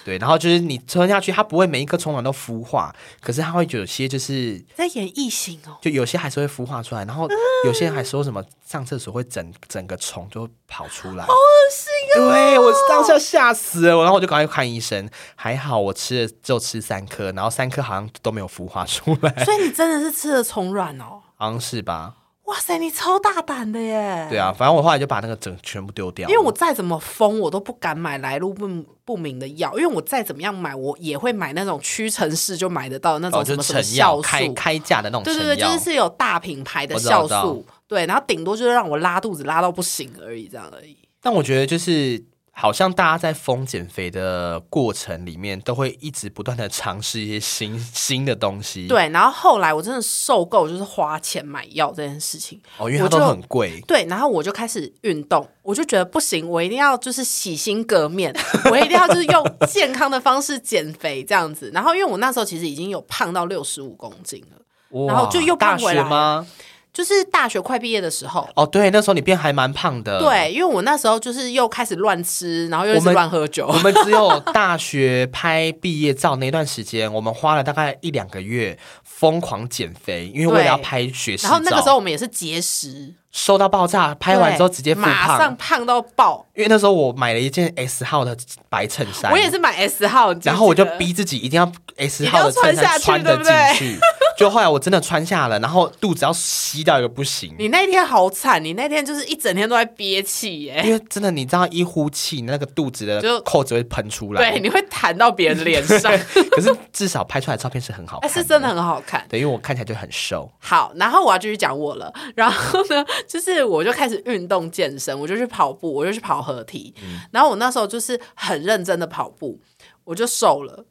Speaker 1: 对，然后就是你吞下去，它不会每一颗虫卵都孵化，可是它会有些就是
Speaker 2: 在演异形哦，
Speaker 1: 就有些还是会孵化出来，然
Speaker 2: 啊
Speaker 1: 后有些人还说什么上厕所会整整个虫就跑出来，好恶心啊！
Speaker 2: 哦
Speaker 1: 对我当下吓死了，然后我就赶快去看医生，还好我吃了就吃三颗，然后三颗好像都没有孵化出 来，
Speaker 2: 所以你真的是吃了虫卵哦。
Speaker 1: 好像是吧？
Speaker 2: 哇塞，你超大胆的耶！
Speaker 1: 对啊，反正我后来就把那个整全部丢掉了，
Speaker 2: 哎因为我再怎么疯，我都不敢买来路不不明的药，因为我再怎么样买，我也会买那种屈臣氏就买得到的那
Speaker 1: 哦
Speaker 2: 种什
Speaker 1: 就
Speaker 2: 么
Speaker 1: 是
Speaker 2: 什么
Speaker 1: 成药
Speaker 2: 酵
Speaker 1: 开
Speaker 2: 素，
Speaker 1: 开价的那种
Speaker 2: 对
Speaker 1: 成药，
Speaker 2: 对对，就是是有大品牌的
Speaker 1: 我知道
Speaker 2: 酵
Speaker 1: 我知道
Speaker 2: 素，对，然后顶多就是让我拉肚子拉到不行而已，这样而已。
Speaker 1: 但我觉得就是。好像大家在疯减肥的过程里面，都会一直不断的尝试一些新新的东西。，
Speaker 2: 对，然后后来我真的受够，就是花钱买药这件事情。
Speaker 1: 哦，因为
Speaker 2: 我
Speaker 1: 它都
Speaker 2: 就
Speaker 1: 很贵。
Speaker 2: 对，然后我就开始运动，我就觉得不行，我一定要就是洗心革面，我一定要就是用健康的方式减肥这样子。然后因为我那时候其实已经有胖到六十五公斤了，然后就又
Speaker 1: 大
Speaker 2: 胖回来
Speaker 1: 学吗？
Speaker 2: 就是大学快毕业的时候。
Speaker 1: 哦，对，那时候你变还蛮胖的。，
Speaker 2: 对，因为我那时候就是又开始乱吃，然后又
Speaker 1: 嗯
Speaker 2: 一
Speaker 1: 我
Speaker 2: 直
Speaker 1: 们
Speaker 2: 乱喝 酒
Speaker 1: 我。们只有大学拍毕业照那段时间，我们花了大概一两个月疯狂减肥，因为为了要拍学士
Speaker 2: 然
Speaker 1: 照。
Speaker 2: 后那个时候我们也是节食，
Speaker 1: 瘦到爆炸，拍完之后直接
Speaker 2: 对
Speaker 1: 复
Speaker 2: 马上
Speaker 1: 胖。
Speaker 2: 胖到爆。
Speaker 1: 因为那时候我买了一件 S 号的白衬衫，
Speaker 2: 我也是买 S 号，你记不
Speaker 1: 然后我
Speaker 2: 记
Speaker 1: 就
Speaker 2: 得
Speaker 1: 逼自己一定要 S
Speaker 2: 一定
Speaker 1: 号
Speaker 2: 要
Speaker 1: 的衬衫穿
Speaker 2: 穿下去
Speaker 1: 得
Speaker 2: 对不
Speaker 1: 进
Speaker 2: 对
Speaker 1: 去。就后来我真的穿下了，然后肚子要吸到一个不行，
Speaker 2: 你那天好惨，你那天就是一整天都在憋气耶、
Speaker 1: 因为真的你知道一呼气，那个肚子
Speaker 2: 就
Speaker 1: 的扣子会喷出来。
Speaker 2: 对，你会弹到别人脸 上，
Speaker 1: 可是至少拍出来的照片是很好
Speaker 2: 哎，
Speaker 1: 看，
Speaker 2: 是真的。很好看。
Speaker 1: 对，因为我看起来就很瘦，
Speaker 2: 好，然后我要继续讲我了。然后呢，就是我就开始运动健身，我就去跑步，我就去跑合体。
Speaker 1: 嗯
Speaker 2: 然后我那时候就是很认真的跑步，我就瘦了。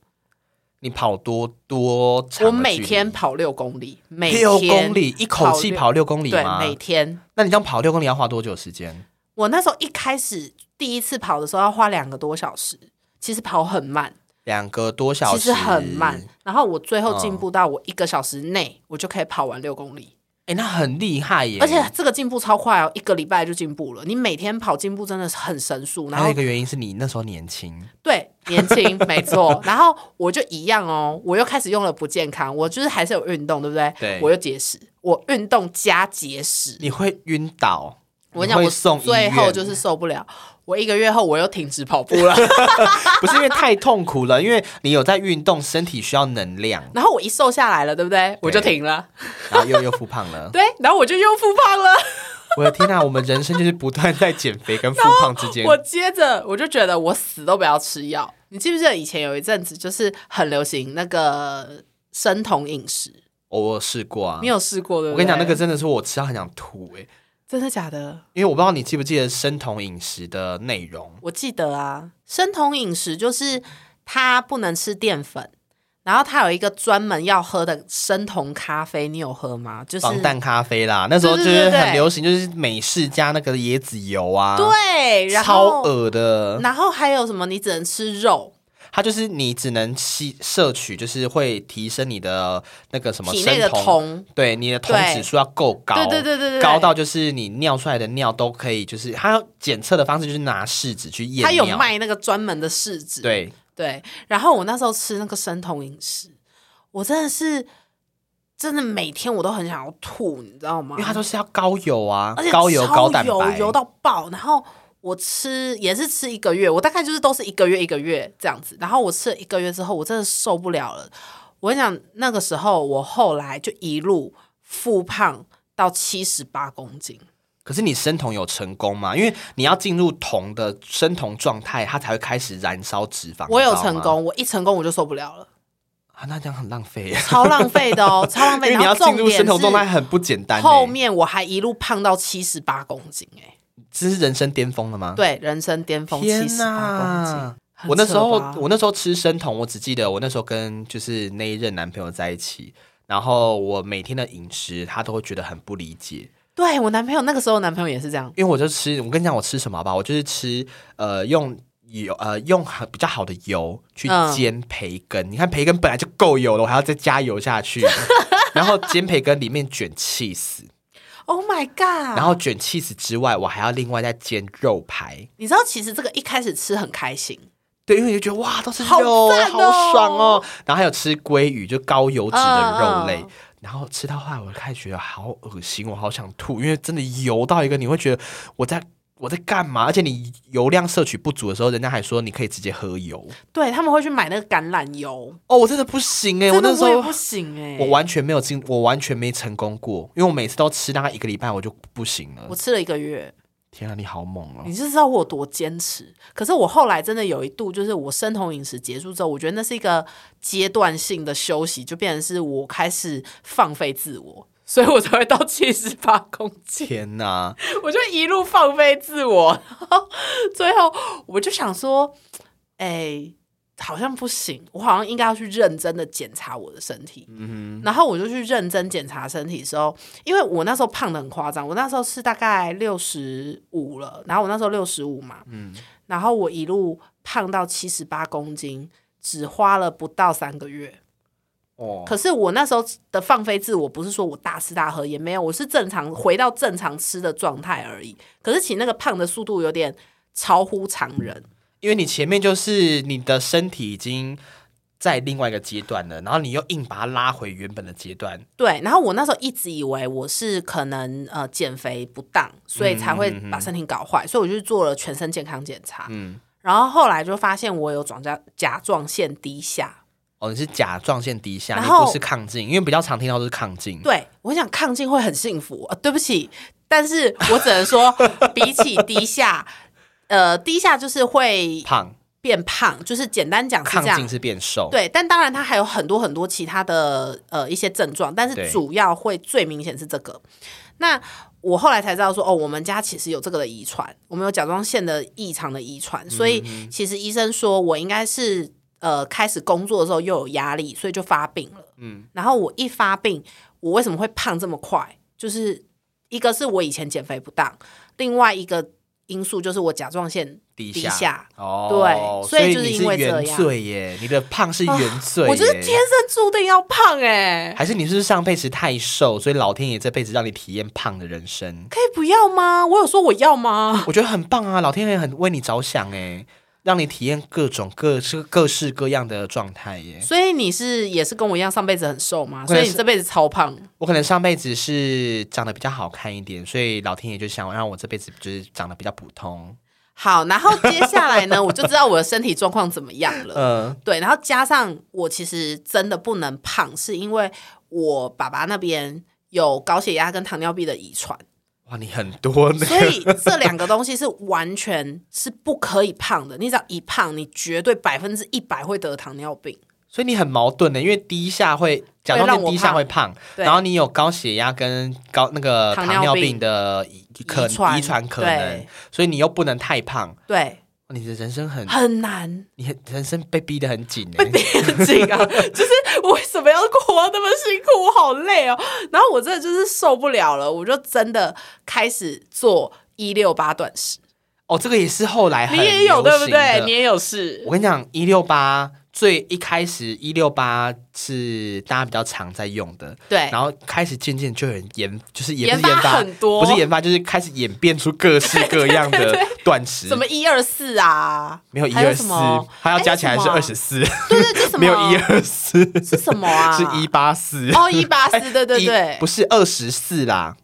Speaker 1: 你跑多多长？
Speaker 2: 我每天跑六公里，每天
Speaker 1: 六公里，一口气
Speaker 2: 六
Speaker 1: 跑六公里
Speaker 2: 对，
Speaker 1: 吗？
Speaker 2: 每天。
Speaker 1: 那你这样跑六公里要花多久时间？
Speaker 2: 我那时候一开始第一次跑的时候要花两个多小时，其实跑很慢，
Speaker 1: 两个多小时，
Speaker 2: 其实很慢。。然后我最后进步到我一个小时内，
Speaker 1: 嗯
Speaker 2: 我就可以跑完六公里。
Speaker 1: 哎，那很厉害耶！
Speaker 2: 而且这个进步超快哦，一个礼拜就进步了。你每天跑进步真的是很神速，
Speaker 1: 还
Speaker 2: 然
Speaker 1: 有
Speaker 2: 后
Speaker 1: 一个原因是你那时候年轻，
Speaker 2: 对年轻没 错，然后我就一样哦，我又开始用了不健康，我就是还是有运动，对不对？
Speaker 1: 对
Speaker 2: 我又节食，我运动加节食。
Speaker 1: 你会晕倒。
Speaker 2: 我
Speaker 1: 你
Speaker 2: 跟你讲，
Speaker 1: 会
Speaker 2: 我
Speaker 1: 送医
Speaker 2: 最后
Speaker 1: 院
Speaker 2: 就是受不了，我一个月后我又停止跑步了，
Speaker 1: 不是因为太痛苦了，因为你有在运动，身体需要能量，
Speaker 2: 然后我一瘦下来了，对不对？我就
Speaker 1: 对
Speaker 2: 停了，
Speaker 1: 然后又又复胖了。
Speaker 2: 对，然后我就又复胖了。
Speaker 1: 我的天呐，我们人生就是不断在减肥跟复胖之间。
Speaker 2: 我接着我就觉得我死都不要吃药。你记不记得以前有一阵子就是很流行那个生酮饮食？
Speaker 1: 偶尔试过啊
Speaker 2: 你，有试过的？
Speaker 1: 我跟你讲，那个
Speaker 2: 真
Speaker 1: 真的是我吃到很想吐哎、
Speaker 2: 真的假的？
Speaker 1: 因为我不知道你记不记得生酮饮食的内容，
Speaker 2: 我记得啊，生酮饮食就是它不能吃淀粉，然后它有一个专门要喝的生酮咖啡，你有喝吗？就是
Speaker 1: 防弹咖啡啦，那时候就
Speaker 2: 对对
Speaker 1: 是
Speaker 2: 对对
Speaker 1: 很流行，就是美式加那个椰子油啊，
Speaker 2: 对，然
Speaker 1: 超
Speaker 2: 后
Speaker 1: 恶的。
Speaker 2: 然后还有什么？你只能吃肉，
Speaker 1: 它就是你只能吸摄取，就是会提升你的那个什么
Speaker 2: 体
Speaker 1: 生
Speaker 2: 内的酮。
Speaker 1: 对你的酮
Speaker 2: 对
Speaker 1: 指数要够高，
Speaker 2: 对对对对对对
Speaker 1: 高到就是你尿出来的尿都可以，就是它要检测的方式就是拿试纸去验尿，
Speaker 2: 它有卖那个专门的试纸，
Speaker 1: 对，
Speaker 2: 对，然后我那时候吃那个生酮饮食，我真的是真的每天我都很想要吐，你知道吗
Speaker 1: 因为？它都是要高油啊
Speaker 2: 而且，
Speaker 1: 高油
Speaker 2: 超
Speaker 1: 高蛋
Speaker 2: 油
Speaker 1: 白，
Speaker 2: 油到爆，然后。我吃也是吃一个月，我大概就是都是一个月一个月这样子。然后我吃了一个月之后，我真的受不了了。我跟你讲，那个时候我后来就一路复胖到七十八公斤。
Speaker 1: 可是你生酮有成功吗？因为你要进入酮的生酮状态，它才会开始燃烧脂肪。
Speaker 2: 我有
Speaker 1: 你知道吗
Speaker 2: 成功，我一成功我就受不了了，
Speaker 1: 啊，那这样很浪 费 耶，
Speaker 2: 超浪费的哦，超 浪
Speaker 1: 因
Speaker 2: 费。
Speaker 1: 为你要进
Speaker 2: 然后重
Speaker 1: 入
Speaker 2: 点
Speaker 1: 生酮
Speaker 2: 是
Speaker 1: 状态很不简单耶。欸
Speaker 2: 后面我还一路胖到七十八公斤、哎，
Speaker 1: 这是人生巅峰了吗？
Speaker 2: 对，人生巅峰七
Speaker 1: 天
Speaker 2: 十八公斤。
Speaker 1: 哪！
Speaker 2: 很
Speaker 1: 我那时候
Speaker 2: 扯吧
Speaker 1: 我那时候吃生酮，我只记得我那时候跟就是那一任男朋友在一起，然后我每天的饮食他都会觉得很不理解，
Speaker 2: 对我男朋友那个时候，男朋友也是这样，
Speaker 1: 因为我就吃，我跟你讲我吃什么吧，我就是吃呃用油呃用好比较好的油去
Speaker 2: 嗯
Speaker 1: 煎培根。你看培根本来就够油了，我还要再加油下去，然后煎培根里面卷 cheese，
Speaker 2: Oh my god！
Speaker 1: 然后卷 cheese 之外，我还要另外再煎肉排。
Speaker 2: 你知道，其实这个一开始吃很开心，
Speaker 1: 对，因为你就觉得哇，都是肉，
Speaker 2: 好赞哦
Speaker 1: 爽哦。然后还有吃鲑鱼，就高油脂的肉类。
Speaker 2: 嗯嗯
Speaker 1: 然后吃到后来，我就开始觉得好恶心，我好想吐，因为真的油到一个你会觉得我在我在干嘛？而且你油量摄取不足的时候，人家还说你可以直接喝油。
Speaker 2: 对他们会去买那个橄榄油，
Speaker 1: 哦，我真的不欸行哎、我
Speaker 2: 真的
Speaker 1: 那时
Speaker 2: 我也
Speaker 1: 候
Speaker 2: 不行哎、
Speaker 1: 我完全没有进，我完全没成功过，因为我每次都吃大概一个礼拜我就不行了
Speaker 2: 我。吃了一个月，
Speaker 1: 天啊，你好猛哦！
Speaker 2: 你就知道我有多坚持。可是我后来真的有一度，就是我生酮饮食结束之后，我觉得那是一个阶段性的休息，就变成是我开始放飞自我，所以我才会到七十八公斤。
Speaker 1: 天哪，
Speaker 2: 我就一路放飞自我，然后最后我就想说，哎、好像不行，我好像应该要去认真的检查我的身体。然后我就去认真检查身体的时候，因为我那时候胖的很夸张，我那时候是大概六十五了，然后我那时候六十五嘛，然后我一路胖到七十八公斤，只花了不到三个月。
Speaker 1: 哦，
Speaker 2: 可是我那时候的放飞自我，不是说我大吃大喝，也没有，我是正常回到正常吃的状态而已。可是其实那个胖的速度有点超乎常人，
Speaker 1: 因为你前面就是你的身体已经在另外一个阶段了，然后你又硬把它拉回原本的阶段，
Speaker 2: 对。然后我那时候一直以为我是可能呃减肥不当，所以才会把身体搞坏，所以我就做了全身健康检查。
Speaker 1: 嗯，
Speaker 2: 然后后来就发现我有转甲甲状腺低下，
Speaker 1: 哦，你是甲状腺低下，
Speaker 2: 然
Speaker 1: 你
Speaker 2: 后
Speaker 1: 不是亢进，因为比较常听到都是亢进，
Speaker 2: 对，我想亢进会很幸福、呃。对不起，但是我只能说，比起低下，呃，低下就是会
Speaker 1: 胖，
Speaker 2: 变胖，就是简单讲是这
Speaker 1: 亢
Speaker 2: 样
Speaker 1: 进。是变瘦，
Speaker 2: 对，但当然它还有很多很多其他的呃一些症状，但是
Speaker 1: 对
Speaker 2: 主要会最明显是这个。那我后来才知道说，哦，我们家其实有这个的遗传，我们有甲状腺的异常的遗传，所
Speaker 1: 嗯
Speaker 2: 以其实医生说我应该是呃开始工作的时候又有压力，所以就发病了。嗯，然后我一发病，我为什么会胖这么快？就是一个是我以前减肥不当，另外一个因素就是我甲状腺
Speaker 1: 低
Speaker 2: 低
Speaker 1: 下，
Speaker 2: 下
Speaker 1: 哦，
Speaker 2: 对所以就是
Speaker 1: 你
Speaker 2: 因为
Speaker 1: 是
Speaker 2: 这样啊
Speaker 1: 原罪耶，你的胖是原罪耶、
Speaker 2: 我就是天生注定要胖哎、
Speaker 1: 还是你是不是上辈子太瘦，所以老天爷这辈子让你体验胖的人生？
Speaker 2: 可以不要吗？我有说我要吗？
Speaker 1: 我觉得很棒啊，老天爷很为你着想哎，让你体验各种各式各式各样的状态耶。
Speaker 2: 所以你是也是跟我一样上辈子很瘦吗？
Speaker 1: 我
Speaker 2: 所
Speaker 1: 也
Speaker 2: 以
Speaker 1: 是
Speaker 2: 你这辈子超胖，
Speaker 1: 我可能上辈子是长得比较好看一点，所以老天爷就想让我这辈子就是长得比较普通。
Speaker 2: 好，然后接下来 呢，我就知道我的身体状况怎么样了。
Speaker 1: 嗯，
Speaker 2: 对，然后加上我其实真的不能胖，是因为我爸爸那边有高血压跟糖尿病的遗 传，
Speaker 1: 哇，你很多呢。
Speaker 2: 所以这两个东西是完全是不可以胖的。你只要一胖，你绝对百分之一百会得糖尿病。
Speaker 1: 所以你很矛盾的，因为低下会甲状腺低下会胖，
Speaker 2: 对
Speaker 1: 然后你有高血压跟高那个
Speaker 2: 糖
Speaker 1: 糖
Speaker 2: 尿病
Speaker 1: 尿病的遗可
Speaker 2: 传
Speaker 1: 遗传可能
Speaker 2: 对，
Speaker 1: 所以你又不能太胖，
Speaker 2: 对，
Speaker 1: 你的人生很
Speaker 2: 很难。
Speaker 1: 你很人生被逼得很紧
Speaker 2: 被
Speaker 1: 哎。
Speaker 2: 变紧啊！就是我为什么要过那么辛苦？我好累哦。 然后我真的就是受不了了，我就真的开始做一六八断食。
Speaker 1: 哦，这个也是后来很
Speaker 2: 你也
Speaker 1: 流
Speaker 2: 有对
Speaker 1: 行
Speaker 2: 不对？
Speaker 1: 的
Speaker 2: 你也有试
Speaker 1: 我。跟你讲，一六八最一开始一六八是大家比较常在用的，
Speaker 2: 对
Speaker 1: 然后开始渐渐就有人研，就是也不
Speaker 2: 研
Speaker 1: 是
Speaker 2: 发
Speaker 1: 研发
Speaker 2: 很多
Speaker 1: 不是研发，就是开始演变出各 式各样的断食，
Speaker 2: 什么一二四啊？
Speaker 1: 没有一
Speaker 2: 还有
Speaker 1: 二
Speaker 2: 什
Speaker 1: 四
Speaker 2: 么，
Speaker 1: 它要加起来是
Speaker 2: 还有
Speaker 1: 二
Speaker 2: 什
Speaker 1: 十
Speaker 2: 么啊
Speaker 1: 四，
Speaker 2: 对对，这什 么啊
Speaker 1: 没有一二四，
Speaker 2: 是什么 啊？
Speaker 1: 是一八四。
Speaker 2: 哦，一八四，对对
Speaker 1: 一
Speaker 2: 对
Speaker 1: 不，是二十四啦，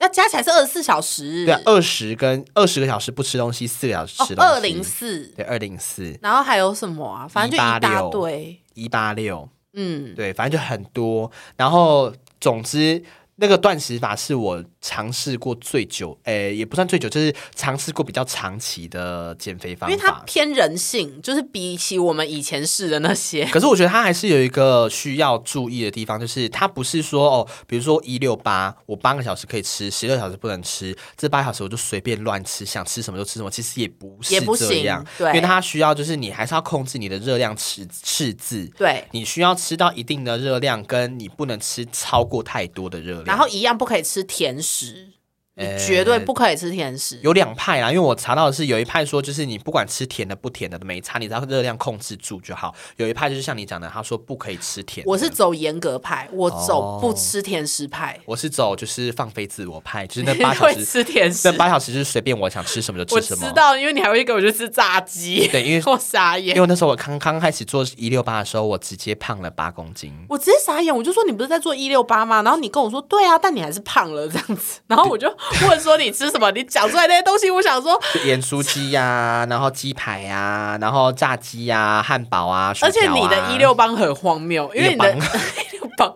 Speaker 2: 要加起来是二十四小时。
Speaker 1: 对啊，二十跟二十个小时不吃东西，四个小时吃东西，
Speaker 2: 哦二零，四，
Speaker 1: 对，二零四，
Speaker 2: 然后还有什么啊？反正就一大
Speaker 1: 186
Speaker 2: 堆。
Speaker 1: 一八六，
Speaker 2: 嗯，
Speaker 1: 对，反正就很多。然后总之，那个断食法是我尝试过最久，诶、也不算最久，就是尝试过比较长期的减肥
Speaker 2: 因
Speaker 1: 方
Speaker 2: 为它
Speaker 1: 法。
Speaker 2: 偏人性，就是比起我们以前试的那些，
Speaker 1: 可是我觉得它还是有一个需要注意的地方，就是它不是说哦，比如说一六八，我八个小时可以吃，十六小时不能吃，这八小时我就随便乱吃，想吃什么就吃什么，其实也不是
Speaker 2: 也不
Speaker 1: 这
Speaker 2: 行
Speaker 1: 样，
Speaker 2: 对
Speaker 1: 因为它需要就是你还是要控制你的热量赤赤字，
Speaker 2: 对，
Speaker 1: 你需要吃到一定的热量，跟你不能吃超过太多的热量。
Speaker 2: 然后一样不可以吃甜食，你绝对不可以吃甜食。
Speaker 1: 哎有两派啦，因为我查到的是有一派说，就是你不管吃甜的不甜的都没差，你只要热量控制住就好。有一派就是像你讲的，他说不可以吃甜的。
Speaker 2: 我是走严格派，我走不吃甜食派。
Speaker 1: 我是走就是放飞自我派，就是 那
Speaker 2: 你
Speaker 1: 八小
Speaker 2: 会
Speaker 1: 时，
Speaker 2: 吃甜食
Speaker 1: 那？八小时就是随便我想吃什么就
Speaker 2: 我
Speaker 1: 吃什
Speaker 2: 知
Speaker 1: 么。
Speaker 2: 道，因为你还会给我去吃炸鸡，
Speaker 1: 对因为
Speaker 2: 我傻眼
Speaker 1: 因。为那时候我刚刚开始做一六八的时候，我直接胖了八公斤。
Speaker 2: 我直接傻眼，我就说你不是在做一六八吗？然后你跟我说对啊，但你还是胖了这样子。然后我就问说你吃什么？你讲出来那些东西，我想说，
Speaker 1: 就盐酥鸡呀、 然后鸡排呀、然后炸鸡呀、汉堡啊，薯
Speaker 2: 而且
Speaker 1: 条啊
Speaker 2: 你的一六八很荒谬，因为你的
Speaker 1: 168
Speaker 2: 一六八，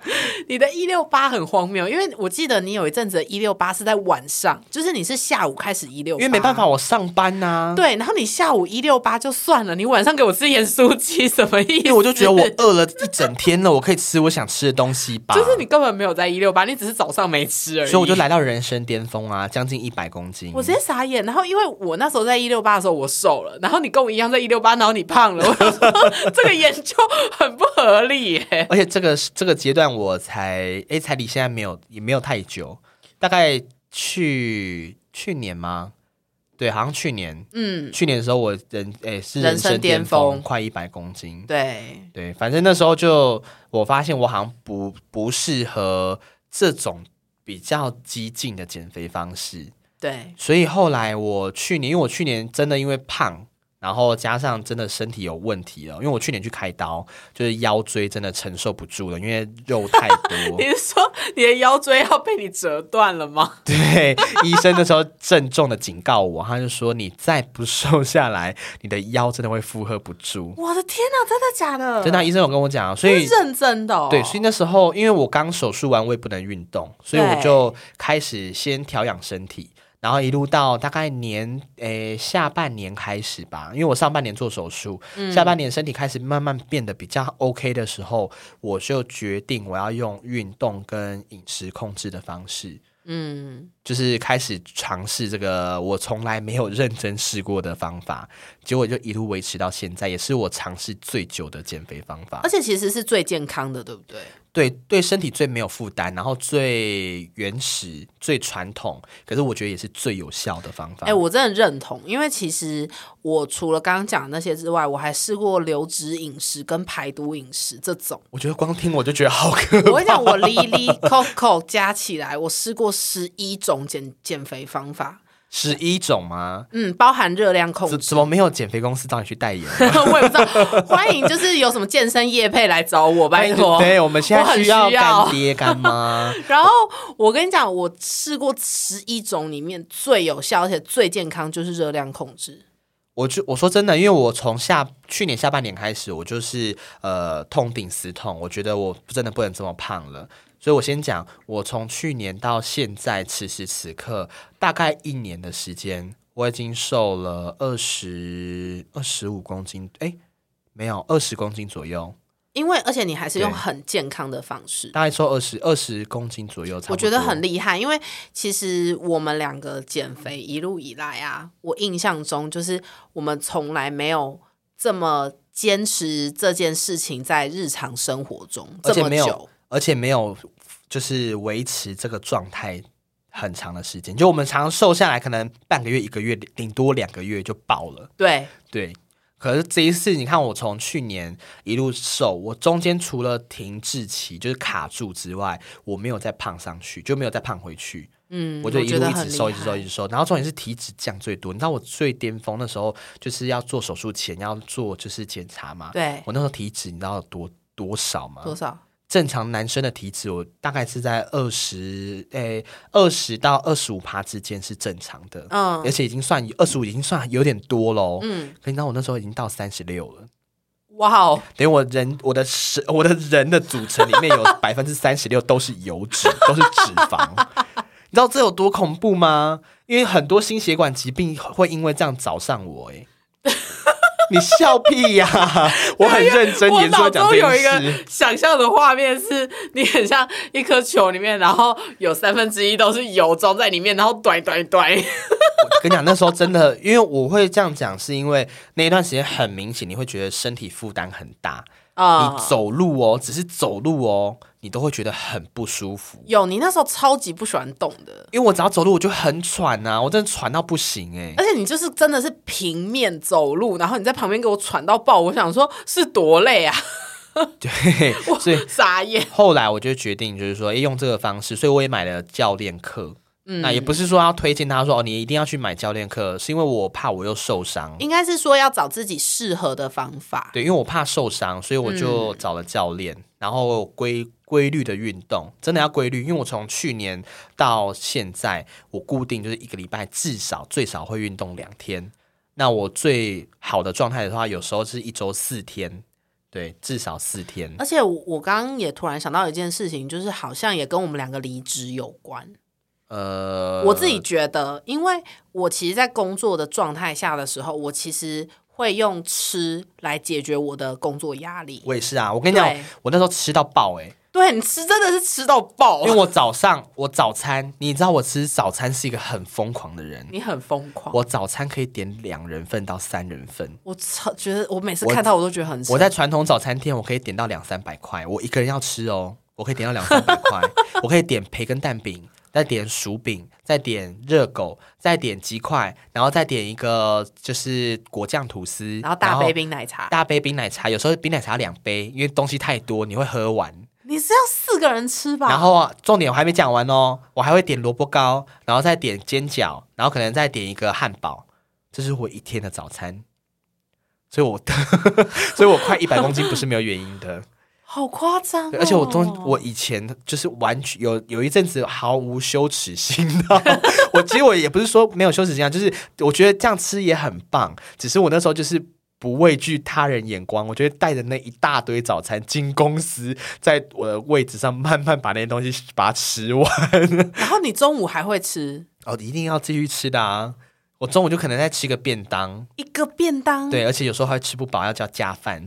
Speaker 2: 你的一六八很荒谬，因为我记得你有一阵子一六八是在晚上，就是你是下午开始一六，
Speaker 1: 因为没办法，。啊我上班呐、
Speaker 2: 对，然后你下午一六八就算了，你晚上给我吃盐酥鸡什么意
Speaker 1: 因
Speaker 2: 思？
Speaker 1: 为我就觉得我饿了一整天了，我可以吃我想吃的东西吧。
Speaker 2: 就是你根本没有在一六八，你只是早上没吃而已。
Speaker 1: 所以我就来到人生巅峰啊，将近一百公斤。
Speaker 2: 我直接傻眼，然后因为我那时候在一六八的时候我瘦了，然后你跟我一样在一六八，然后你胖了，我想说 这个研究很不合理耶。
Speaker 1: 而且这个这个阶段我才哎才离现在没有也没有太久，大概去去年吗？对，好像去年，
Speaker 2: 嗯，
Speaker 1: 去年的时候我人哎是
Speaker 2: 人
Speaker 1: 人生
Speaker 2: 生
Speaker 1: 巅
Speaker 2: 巅
Speaker 1: 峰，
Speaker 2: 峰
Speaker 1: 快一百公斤。
Speaker 2: 对，
Speaker 1: 对，反正那时候就我发现我好像不不适合这种比较激进的减肥方式，
Speaker 2: 对，
Speaker 1: 所以后来我去年，因为我去年真的因为胖，然后加上真的身体有问题了，因为我去年去开刀，就是腰椎真的承受不住了，因为肉太多
Speaker 2: 你。是说你的腰椎要被你折断了吗？
Speaker 1: 对，医生那时候郑重的警告我，他就说你再不瘦下来，你的腰真的会负荷不住。
Speaker 2: 我的天哪、真的假的？
Speaker 1: 真的啊、医生有跟我讲啊，所
Speaker 2: 是
Speaker 1: 以
Speaker 2: 认真的、哦。
Speaker 1: 对，所以那时候因为我刚手术完，我也不能运动，所以我
Speaker 2: 对
Speaker 1: 就开始先调养身体，然后一路到大概年诶、下半年开始吧，因为我上半年做手术，
Speaker 2: 嗯
Speaker 1: 下半年身体开始慢慢变得比较 OK 的时候，我就决定我要用运动跟饮食控制的方式。
Speaker 2: 嗯，
Speaker 1: 就是开始尝试这个我从来没有认真试过的方法，结果就一路维持到现在，也是我尝试最久的减肥方法
Speaker 2: 而。且其实是最健康的，对不对？
Speaker 1: 对对身体最没有负担，然后最原始、最传统，可是我觉得也是最有效的方法。
Speaker 2: 哎、我真的认同，因为其实我除了刚刚讲的那些之外，我还试过流质饮食跟排毒饮食 这种。
Speaker 1: 我觉得光听我就觉得好 可
Speaker 2: 我跟你讲，我 Lily Coco 加起来，我试过十一种减减肥方法，
Speaker 1: 十一种吗？
Speaker 2: 嗯，包含热量控
Speaker 1: 怎
Speaker 2: 制。
Speaker 1: 怎么没有减肥公司找你去代言？
Speaker 2: 我也不知道，欢迎就是有什么健身业配来找我， 拜托。
Speaker 1: 哎对我们现
Speaker 2: 我
Speaker 1: 在
Speaker 2: 很
Speaker 1: 需要
Speaker 2: 需要
Speaker 1: 干爹干妈，
Speaker 2: 然后我跟你讲，我试过十一种里面最有效而且最健康就是热量控制。
Speaker 1: 我就我说真的，因为我从下去年下半年开始，我就是呃痛定思痛，我觉得我真的不能这么胖了。所以我先讲，我从去年到现在，此时此刻大概一年的时间，我已经瘦了二十二十五公斤，哎，没有二十公斤左右，
Speaker 2: 因为而且你还是用
Speaker 1: 对
Speaker 2: 很健康的方式，
Speaker 1: 大概瘦二十二十公斤左右差不多。
Speaker 2: 我觉得很厉害，因为其实我们两个减肥一路以来啊，我印象中就是我们从来没有这么坚持这件事情在日常生活中
Speaker 1: 而
Speaker 2: 这
Speaker 1: 且
Speaker 2: 么
Speaker 1: 没有
Speaker 2: 久。
Speaker 1: 而且没有就是维持这个状态很长的时间。就我们常常瘦下来，可能半个月、一个月，顶多两个月就爆了。
Speaker 2: 对，
Speaker 1: 对。可是这一次，你看我从去年一路瘦，我中间除了停滞期就是卡住之外，我没有再胖上去，就没有再胖回去。
Speaker 2: 嗯，
Speaker 1: 我
Speaker 2: 我
Speaker 1: 就一
Speaker 2: 觉
Speaker 1: 路
Speaker 2: 得
Speaker 1: 一
Speaker 2: 很
Speaker 1: 直
Speaker 2: 厉
Speaker 1: 瘦，一直瘦，
Speaker 2: 害
Speaker 1: 一直瘦。然后重点是体脂降最多。你知道我最巅峰的时候，就是要做手术前要做就是检查嘛。
Speaker 2: 对，
Speaker 1: 我那时候体脂你知道有多多少吗？
Speaker 2: 多少？
Speaker 1: 正常男生的体脂，我大概是在二十，诶，二十到二十五趴之间是正常的，
Speaker 2: 嗯
Speaker 1: 而且已经算二十五，已经算有点多喽。
Speaker 2: 嗯，
Speaker 1: 可你知道我那时候已经到三十六了，
Speaker 2: 哇哦，
Speaker 1: 等于我人我的是我的人的组成里面 有百分之三十六都是油脂，都是脂肪。 你知道这有多恐怖吗？因为很多心血管疾病会因为这样找上我、 诶。你笑屁呀、我很认真
Speaker 2: 我
Speaker 1: 严肃
Speaker 2: 脑
Speaker 1: 地讲
Speaker 2: 中
Speaker 1: 这
Speaker 2: 有一
Speaker 1: 件事
Speaker 2: 个。想象的画面是，你很像一颗球里面，然后有三分之一都是油装在里面，然后短短短，
Speaker 1: 我跟你讲，那时候真的，因为我会这样讲，是因为那一段时间很明显，你会觉得身体负担很大，
Speaker 2: 啊
Speaker 1: 你走路哦，只是走路哦，你都会觉得很不舒服。
Speaker 2: 有你那时候超级不喜欢动的，
Speaker 1: 因为我只要走路我就很喘呐、我真的喘到不行 哎、
Speaker 2: 而且你就是真的是平面走路，然后你在旁边给我喘到爆，我想说是多累啊，
Speaker 1: 对，所以
Speaker 2: 傻眼。
Speaker 1: 后来我就决定，就是说，哎，用这个方式，所以我也买了教练课。那也不是说要推荐他说哦，你一定要去买教练课，是因为我怕我又受伤。
Speaker 2: 应该是说要找自己适合的方法，
Speaker 1: 对，因为我怕受伤，所以我就找了教练，然后规规律的运动，真的要规律。因为我从去年到现在，我固定就是一个礼拜至少最少会运动两天。那我最好的状态的话，有时候是一周四天，对，至少四天。
Speaker 2: 而且我我刚刚也突然想到一件事情，就是好像也跟我们两个离职有关。
Speaker 1: 呃，
Speaker 2: 我自己觉得，因为我其实，在工作的状态下的时候，我其实会用吃来解决我的工作压力。
Speaker 1: 我也是啊，我跟你讲
Speaker 2: 对，
Speaker 1: 我那时候吃到爆哎、
Speaker 2: 对你吃真的是吃到爆
Speaker 1: 因，为我早上我早餐，你知道我吃早餐是一个很疯狂的人，
Speaker 2: 你很疯狂。我
Speaker 1: 我早餐可以点两人份到三人份。
Speaker 2: 我超觉得，我每次看到我都觉得很扯
Speaker 1: 我在传统早餐店，我可以点到两三百块，我一个人要吃哦，我可以点到两三百 块，我可以点培根蛋饼，再点薯饼，再点热狗，再点鸡块，然后再点一个就是果酱吐司，
Speaker 2: 然后大杯冰奶茶，
Speaker 1: 大杯冰奶茶，有时候冰奶茶两杯，因为东西太多，你会喝完。
Speaker 2: 你是要四个人吃吧？
Speaker 1: 然后啊，重点我还没讲完哦，我还会点萝卜糕，然后再点煎饺，然后可能再点一个汉堡，这是我一天的早餐。所以我， 所以我快一百公斤不是没有原因的。
Speaker 2: 好夸张哦、
Speaker 1: 对而且我中我以前就是完全有有一阵子毫无羞耻心的， 我其实我也不是说没有羞耻心啊，就是我觉得这样吃也很棒，只是我那时候就是。不畏惧他人眼光，我觉得带着那一大堆早餐进公司，在我的位置上慢慢把那些东西把它吃完。
Speaker 2: 然后你中午还会吃
Speaker 1: 哦，一定要继续吃的啊！我中午就可能再吃个便当，
Speaker 2: 一个便当，
Speaker 1: 对，而且有时候还吃不饱，要叫加饭。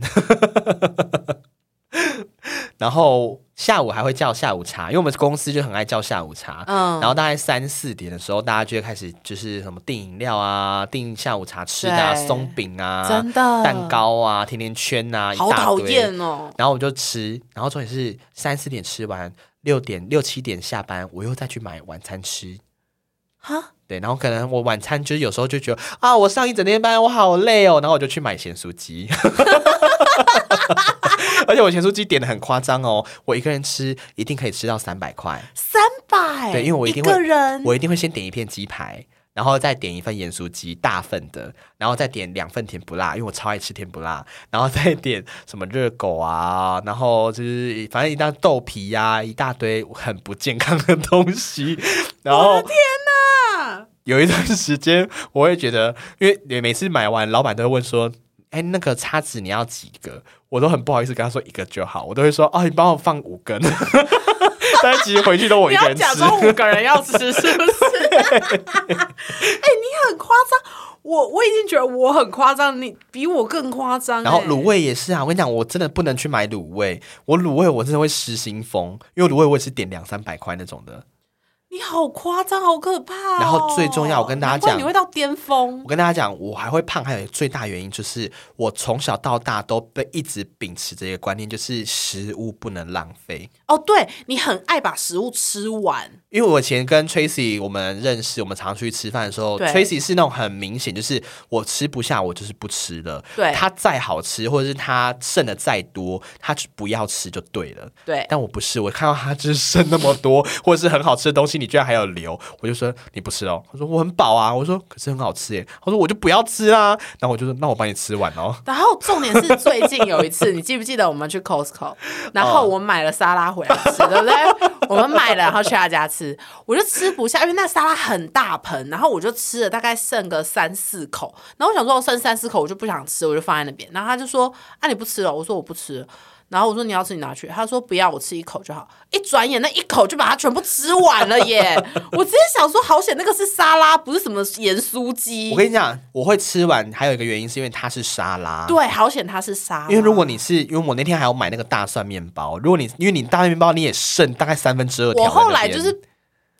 Speaker 1: 然后下午还会叫下午茶，因为我们公司就很爱叫下午茶。
Speaker 2: 嗯
Speaker 1: 然后大概三四点的时候，大家就会开始就是什么订饮料啊、订下午茶吃的、啊、
Speaker 2: 对
Speaker 1: 松饼啊、
Speaker 2: 真的
Speaker 1: 蛋糕啊、甜甜圈啊，一
Speaker 2: 好
Speaker 1: 大
Speaker 2: 讨
Speaker 1: 堆。
Speaker 2: 厌哦。
Speaker 1: 然后我就吃，然后重点是三四点吃完，六点六七点下班，我又再去买晚餐吃。
Speaker 2: 哈，
Speaker 1: 对，然后可能我晚餐就是有时候就觉得啊，我上一整天班我好累哦，然后我就去买咸酥鸡， 而且我咸酥鸡点的很夸张哦，我一个人吃一定可以吃到三百块，
Speaker 2: 三百，
Speaker 1: 对，因为我一定会
Speaker 2: 个人，
Speaker 1: 我一定会先点一片鸡排，然后再点一份盐酥鸡大份的，然后再点两份甜不辣，因为我超爱吃甜不辣，然后再点什么热狗啊，然后就是反正一大豆皮呀、一大堆很不健康的东西，然后。
Speaker 2: 啊
Speaker 1: 有一段时间，我会觉得，因为你每次买完，老板都会问说：“哎，那个叉子你要几个？”我都很不好意思跟他说一个就好，我都会说：“哦，你帮我放五根。” 但是其实回去都我
Speaker 2: 不
Speaker 1: 一个
Speaker 2: 要
Speaker 1: 人吃
Speaker 2: 假。装五个人要吃，是不是？ 哎、你很夸张，我我已经觉得我很夸张，你比我更夸张、
Speaker 1: 然后
Speaker 2: 哎
Speaker 1: 卤味也是啊，我跟你讲，我真的不能去买卤味，我卤味我真的会失心疯，因为卤味我也是点两三百块那种的。
Speaker 2: 你好夸张，好可怕哦、
Speaker 1: 然后最重要我跟大家
Speaker 2: 难怪
Speaker 1: 讲
Speaker 2: 你会到巅峰
Speaker 1: 我。跟大家讲，我还会胖，还有最大原因就是我从小到大都被一直秉持着一个观念，就是食物不能浪费。
Speaker 2: 哦，对你很爱把食物吃完，
Speaker 1: 因为我以前跟 Tracy 我们认识，我们常出去吃饭的时候
Speaker 2: 对
Speaker 1: ，Tracy 是那种很明显，就是我吃不下，我就是不吃了。
Speaker 2: 对
Speaker 1: 他再好吃，或者是他剩的再多，他就不要吃就对了。
Speaker 2: 对，
Speaker 1: 但我不是，我看到他就是剩那么多， 或者是很好吃的东西，你居然还有留，我就说你不吃哦。他说我很饱啊，我说可是很好吃耶。他说我就不要吃啊，然后我就说那我帮你吃完哦。
Speaker 2: 然后重点是最近有一次，你记不记得我们去 Costco，然后我买了沙拉回来吃，
Speaker 1: 哦
Speaker 2: 对不对？ 我们买了，然后去他家吃，我就吃不下，因为那沙拉很大盆，然后我就吃了大概剩个三四口，然后我想说，我剩三四口我就不想吃，我就放在那边。然后他就说：“啊，你不吃了？”我说：“我不吃了。”然后我说你要吃你拿去，他说不要，我吃一口就好。一转眼那一口就把它全部吃完了 耶！我直接想说好险，那个是沙拉，不是什么盐酥鸡
Speaker 1: 我。跟你讲，我会吃完，还有一个原因是因为它是沙拉。
Speaker 2: 对，好险它是沙拉。
Speaker 1: 因为如果你是因为我那天还有买那个大蒜面包，如果你因为你大蒜面包你也剩大概三分之二条在那
Speaker 2: 我
Speaker 1: 边，
Speaker 2: 后来就是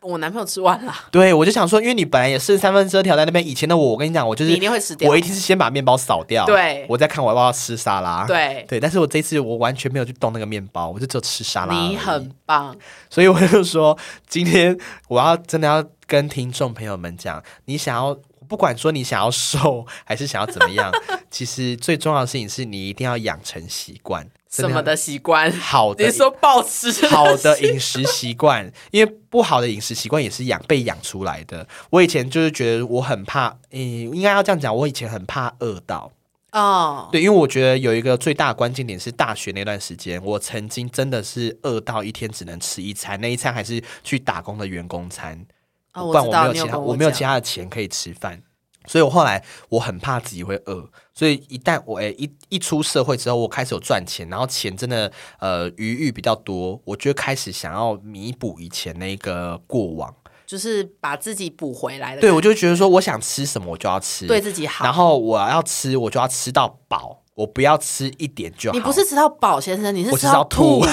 Speaker 2: 我男朋友吃完了，
Speaker 1: 对，我就想说，因为你本来也是三分之二条在那边，以前的我，我跟你讲，我就是
Speaker 2: 你一定会吃掉
Speaker 1: 我一定是先把面包扫掉，
Speaker 2: 对
Speaker 1: 我再看我要不要吃沙拉，
Speaker 2: 对
Speaker 1: 对，但是我这次我完全没有去动那个面包，我就只有吃沙拉而已，
Speaker 2: 你很棒，
Speaker 1: 所以我就说，今天我要真的要跟听众朋友们讲，你想要不管说你想要瘦还是想要怎么样， 其实最重要的事情是你一定要养成习惯，真
Speaker 2: 什么
Speaker 1: 要
Speaker 2: 的习惯？
Speaker 1: 好的
Speaker 2: 你说暴吃？
Speaker 1: 好 的饮食习惯， 因为不好的饮食习惯也是养被养出来的。我以前就是觉得我很怕，嗯，应该要这样讲，我以前很怕饿到。
Speaker 2: 哦，
Speaker 1: 对，因为我觉得有一个最大的关键点是大学那段时间，我曾经真的是饿到一天只能吃一餐，那一餐还是去打工的员工餐，
Speaker 2: 哦，
Speaker 1: 不然
Speaker 2: 知
Speaker 1: 我没
Speaker 2: 道
Speaker 1: 有
Speaker 2: 你
Speaker 1: 其他，
Speaker 2: 跟
Speaker 1: 我没有
Speaker 2: 讲
Speaker 1: 其他的钱可以吃饭。所以我后来我很怕自己会饿，所以一旦我诶、一一出社会之后，我开始有赚钱，然后钱真的呃余裕比较多，我就开始想要弥补以前那个过往。
Speaker 2: 就是把自己补回来的，
Speaker 1: 对，我就觉得说我想吃什么我就要吃，
Speaker 2: 对自己
Speaker 1: 然
Speaker 2: 好。
Speaker 1: 后我要吃我就要吃到饱，我不要吃一点就好。
Speaker 2: 你不是吃到饱，先生，你是
Speaker 1: 我
Speaker 2: 吃
Speaker 1: 吃到
Speaker 2: 到 吐
Speaker 1: 吐。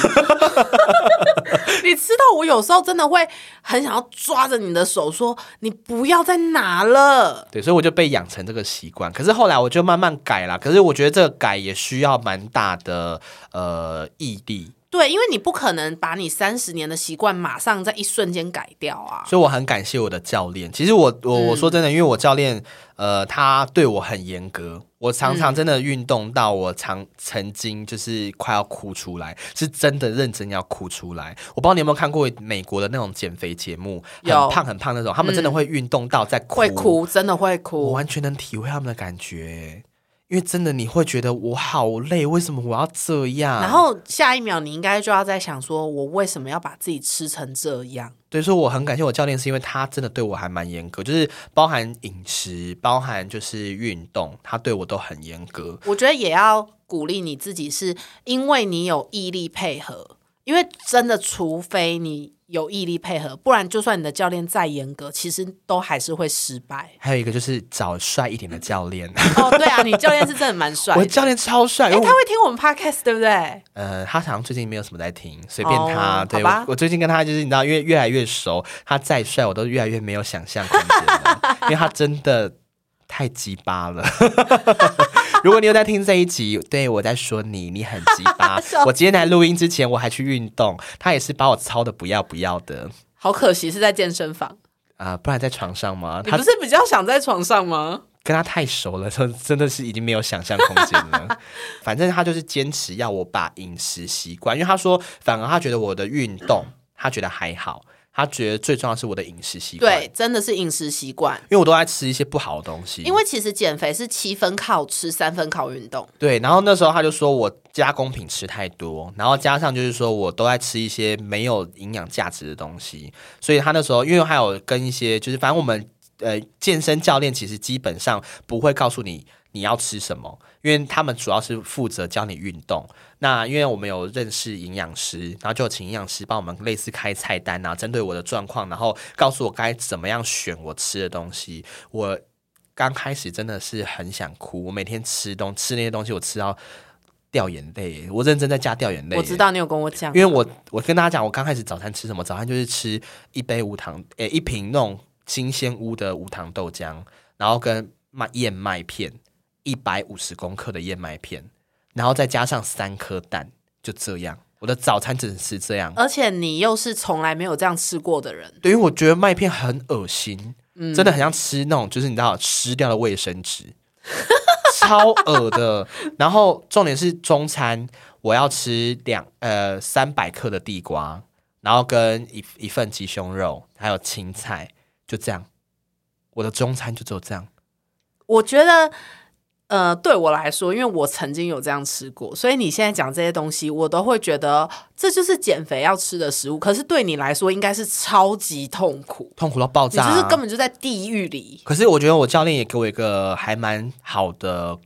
Speaker 2: 你吃到我有时候真的会很想要抓着你的手说：“你不要再拿了。
Speaker 1: 对，所以我就被养成这个习惯。可是后来我就慢慢改啦，可是我觉得这个改也需要蛮大的呃毅力。”
Speaker 2: 对，因为你不可能把你三十年的习惯马上在一瞬间改掉啊。
Speaker 1: 所以我很感谢我的教练。其实我我我说真
Speaker 2: 嗯
Speaker 1: 的，因为我教练呃，他对我很严格，我常
Speaker 2: 嗯
Speaker 1: 常真的运动到我常曾经就是快要哭出来，是真的认真要哭出来。我不知道你有没有看过美国的那种减肥节目，很
Speaker 2: 有嗯
Speaker 1: 胖很胖那种，他们真的会运动到在哭，
Speaker 2: 会哭，真的会
Speaker 1: 我
Speaker 2: 哭。
Speaker 1: 完全能体会他们的感觉。欸因为真的你会觉得我好累，为什么我要这样？
Speaker 2: 然后下一秒，你应该就要在想说：“我为什么要把自己吃成这样
Speaker 1: 对，所以我很感谢我教练，是因为他真的对我还蛮严格，就是包含饮食，包含就是运动，他对我都很严格。？”
Speaker 2: 我觉得也要鼓励你自己，是因为你有毅力配合。因为真的，除非你有毅力配合，不然就算你的教练再严格，其实都还是会失败。
Speaker 1: 还有一个就是找帅一点的教练，
Speaker 2: 哦，对啊，你教练是真的蛮帅
Speaker 1: 我
Speaker 2: 的。
Speaker 1: 教练超帅，
Speaker 2: 哎、
Speaker 1: 因为我
Speaker 2: 他会听我们 podcast 对不对？
Speaker 1: 呃，他好像最近没有什么在听，随便
Speaker 2: 哦
Speaker 1: 他。
Speaker 2: 好
Speaker 1: 对
Speaker 2: 吧
Speaker 1: 我，我最近跟他就是你知道，因为越来越熟，他再帅我都越来越没有想象空间 了，因为他真的太鸡巴了。 如果你有在听这一集，对我在说你，你很鸡巴
Speaker 2: 笑。
Speaker 1: 我今天来录音之前，我还去运动，他也是把我操的不要不要的
Speaker 2: 好可惜是在健身房。
Speaker 1: 啊、不然在床上吗？
Speaker 2: 你
Speaker 1: 他
Speaker 2: 不是比较想在床上吗？
Speaker 1: 跟他太熟了， 真真的是已经没有想象空间 了。反正他就是坚持要我把饮食习惯，因为他说，反而他觉得我的运动，他觉得还好，他觉得最重要是我的饮食习惯。，
Speaker 2: 对，真的是饮食习惯。
Speaker 1: 因为我都在吃一些不好的东西。
Speaker 2: 因为其实减肥是七分靠吃，三分靠运动。
Speaker 1: 对，然后那时候他就说我加工品吃太多，然后加上就是说我都在吃一些没有营养价值的东西，所以他那时候因为还有跟一些就是反正我们呃健身教练其实基本上不会告诉你你要吃什么，因为他们主要是负责教你运动。那因为我们有认识营养师，然后就有请营养师帮我们类似开菜单啊，针对我的状况，然后告诉我该怎么样选我吃的东西。我刚开始真的是很想哭，我每天吃东吃那些东西，我吃到掉眼泪，我认真在家掉眼泪。
Speaker 2: 我知。道你有跟我讲
Speaker 1: 因，为我我跟大家讲，我刚开始早餐吃什么？早餐就是吃一杯无糖，诶、一瓶那种新鲜屋的无糖豆浆，然后跟麦燕麦片，一百五十公克的燕麦片，然后再加上三颗蛋，就这样。我的早餐只能是这样，
Speaker 2: 而且你又是从来没有这样吃过的人。
Speaker 1: 对，因为我觉得麦片很恶心，
Speaker 2: 嗯
Speaker 1: 真的很像吃那种就是你知道吃掉的卫生纸，超恶的。然后重点是中餐，我要吃两呃三百克的地瓜，然后跟一一份鸡胸肉，还有青菜，就这样。我的中餐就只有这样。
Speaker 2: 我觉得，呃，对我来说，因为我曾经有这样吃过，所以你现在讲这些东西，我都会觉得这就是减肥要吃的食物。可是对你来说，应该是超级痛苦，
Speaker 1: 痛苦到爆
Speaker 2: 你
Speaker 1: 炸、
Speaker 2: 就
Speaker 1: 啊，
Speaker 2: 是根本就在地狱里。
Speaker 1: 可是我觉得我教练也给我一个还蛮好的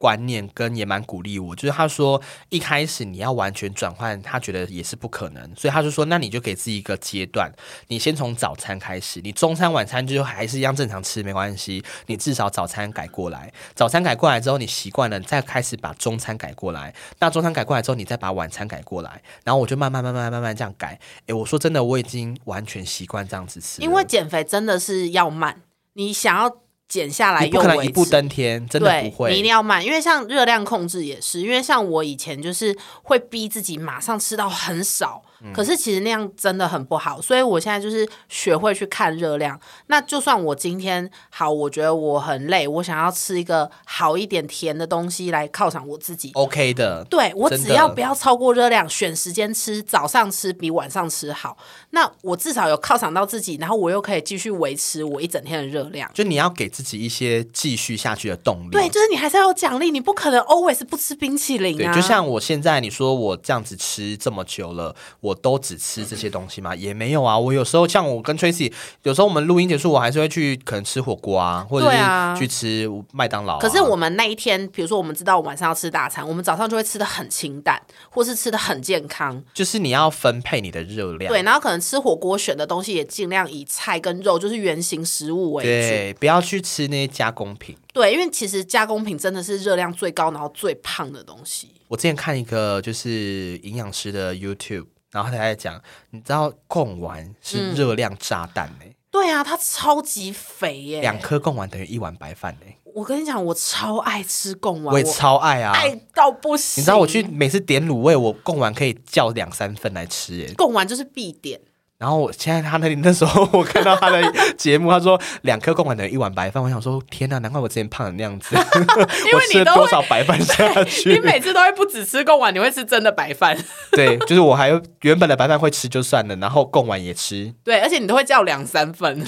Speaker 1: 观念跟也蛮鼓励我，就是他说一开始你要完全转换，他觉得也是不可能，所以他就说那你就给自己一个阶段，你先从早餐开始，你中餐晚餐就还是一样正常吃没关系，你至少早餐改过来，早餐改过来之后你习惯了，你再开始把中餐改过来，那中餐改过来之后你再把晚餐改过来，然后我就慢慢慢慢慢慢这样改，诶，我说真的我已经完全习惯这样子吃了，
Speaker 2: 因为减肥真的是要慢，你想要减下来
Speaker 1: 你不
Speaker 2: 又
Speaker 1: 可能
Speaker 2: 维
Speaker 1: 一步
Speaker 2: 持
Speaker 1: 登天，真的不
Speaker 2: 对，
Speaker 1: 会，
Speaker 2: 你一定要慢，因为像热量控制也是，因为像我以前就是会逼自己马上吃到很少，
Speaker 1: 嗯
Speaker 2: 可是其实那样真的很不好，所以我现在就是学会去看热量。那就算我今天好，我觉得我很累，我想要吃一个好一点甜的东西来犒赏我自己。
Speaker 1: OK 的，
Speaker 2: 对我
Speaker 1: 哦真的
Speaker 2: 只要不要超过热量，选时间吃，早上吃比晚上吃好。那我至少有犒赏到自己，然后我又可以继续维持我一整天的热量。
Speaker 1: 就你要给自己一些继续下去的动力。
Speaker 2: 对，就是你还是要有奖励，你不可能 always 不吃冰淇淋
Speaker 1: 对
Speaker 2: 啊。
Speaker 1: 就像我现在你说我这样子吃这么久了，我都只吃这些东西吗？也没有啊。我有时候像我跟 Tracy，有时候我们录音结束，我还是会去可能吃火锅啊，或者
Speaker 2: 对啊
Speaker 1: 是去吃麦当劳啊、
Speaker 2: 可是我们那一天，比如说我们知道我晚上要吃大餐，我们早上就会吃的很清淡，或是吃的很健康。
Speaker 1: 就是你要分配你的热量，
Speaker 2: 对，然后可能吃火锅选的东西也尽量以菜跟肉，就是原形食物为主。
Speaker 1: 对，不要去吃那些加工品。
Speaker 2: 对，因为其实加工品真的是热量最高，然后最胖的东西。
Speaker 1: 我之前看一个就是营养师的 YouTube，然后他在讲，你知道贡丸是热量炸弹呢、
Speaker 2: 对啊，它超级肥耶、
Speaker 1: 两颗贡丸等于一碗白饭呢、欸
Speaker 2: 我跟你讲，我超爱吃贡丸，
Speaker 1: 我也超爱啊，
Speaker 2: 爱到不行。
Speaker 1: 你知道我去每次点卤味，我贡丸可以叫两三份来吃耶。
Speaker 2: 贡丸就是必点。
Speaker 1: 然后我现在他那里那时候 我看到他的节目，他说两颗贡丸等于一碗白饭，我想说天哪，难怪我之前胖成那样子，
Speaker 2: 因
Speaker 1: 我
Speaker 2: 为
Speaker 1: 吃
Speaker 2: 你
Speaker 1: 了
Speaker 2: 都
Speaker 1: 多
Speaker 2: 会，
Speaker 1: 少白饭下
Speaker 2: 你
Speaker 1: 去？
Speaker 2: 每次都会不只吃贡丸，你会吃真的白饭。
Speaker 1: 对，就是我还原本的白饭会吃就算了，然后贡丸也吃，
Speaker 2: 对，而且你都会叫两三份。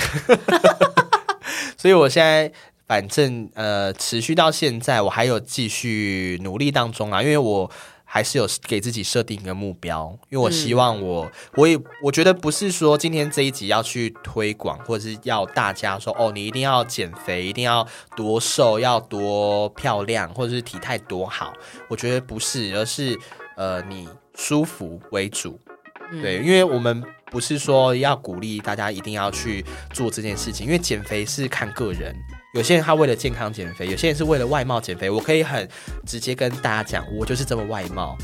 Speaker 1: 所以我现在。反正呃，持续到现在，我还有继续努力当中啊，因为我还是有给自己设定一个目标，因为我希望我，我也我觉得不是说今天这一集要去推广，或者是要大家说哦，你一定要减肥，一定要多瘦，要多漂亮，或者是体态多好，我觉得不是，而是呃，你舒服为主，对，因为我们不是说要鼓励大家一定要去做这件事情，因为减肥是看个人。有些人他为了健康减肥，有些人是为了外貌减肥。我可以很直接跟大家讲，我就是这么外貌。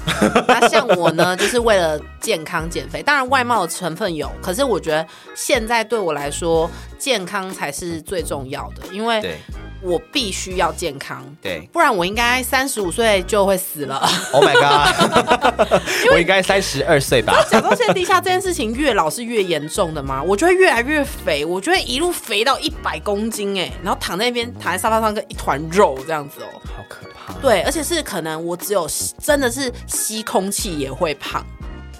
Speaker 2: 那像我呢，就是为了健康减肥，当然外貌的成分有，可是我觉得现在对我来说，健康才是最重要的，因为
Speaker 1: 对
Speaker 2: 我必须要健康。
Speaker 1: 对
Speaker 2: 不然我应该三十五岁就会死了。
Speaker 1: ，Oh my god！我 应该三十二岁吧？
Speaker 2: 甲状腺低下这件事情越老是越严重的吗？我就会越来越肥，我就会一路肥到一百公斤哎、然后躺在那边躺在沙发上跟一团肉这样子哦、
Speaker 1: 好可怕。
Speaker 2: 对，而且是可能我只有吸真的是吸空气也会胖。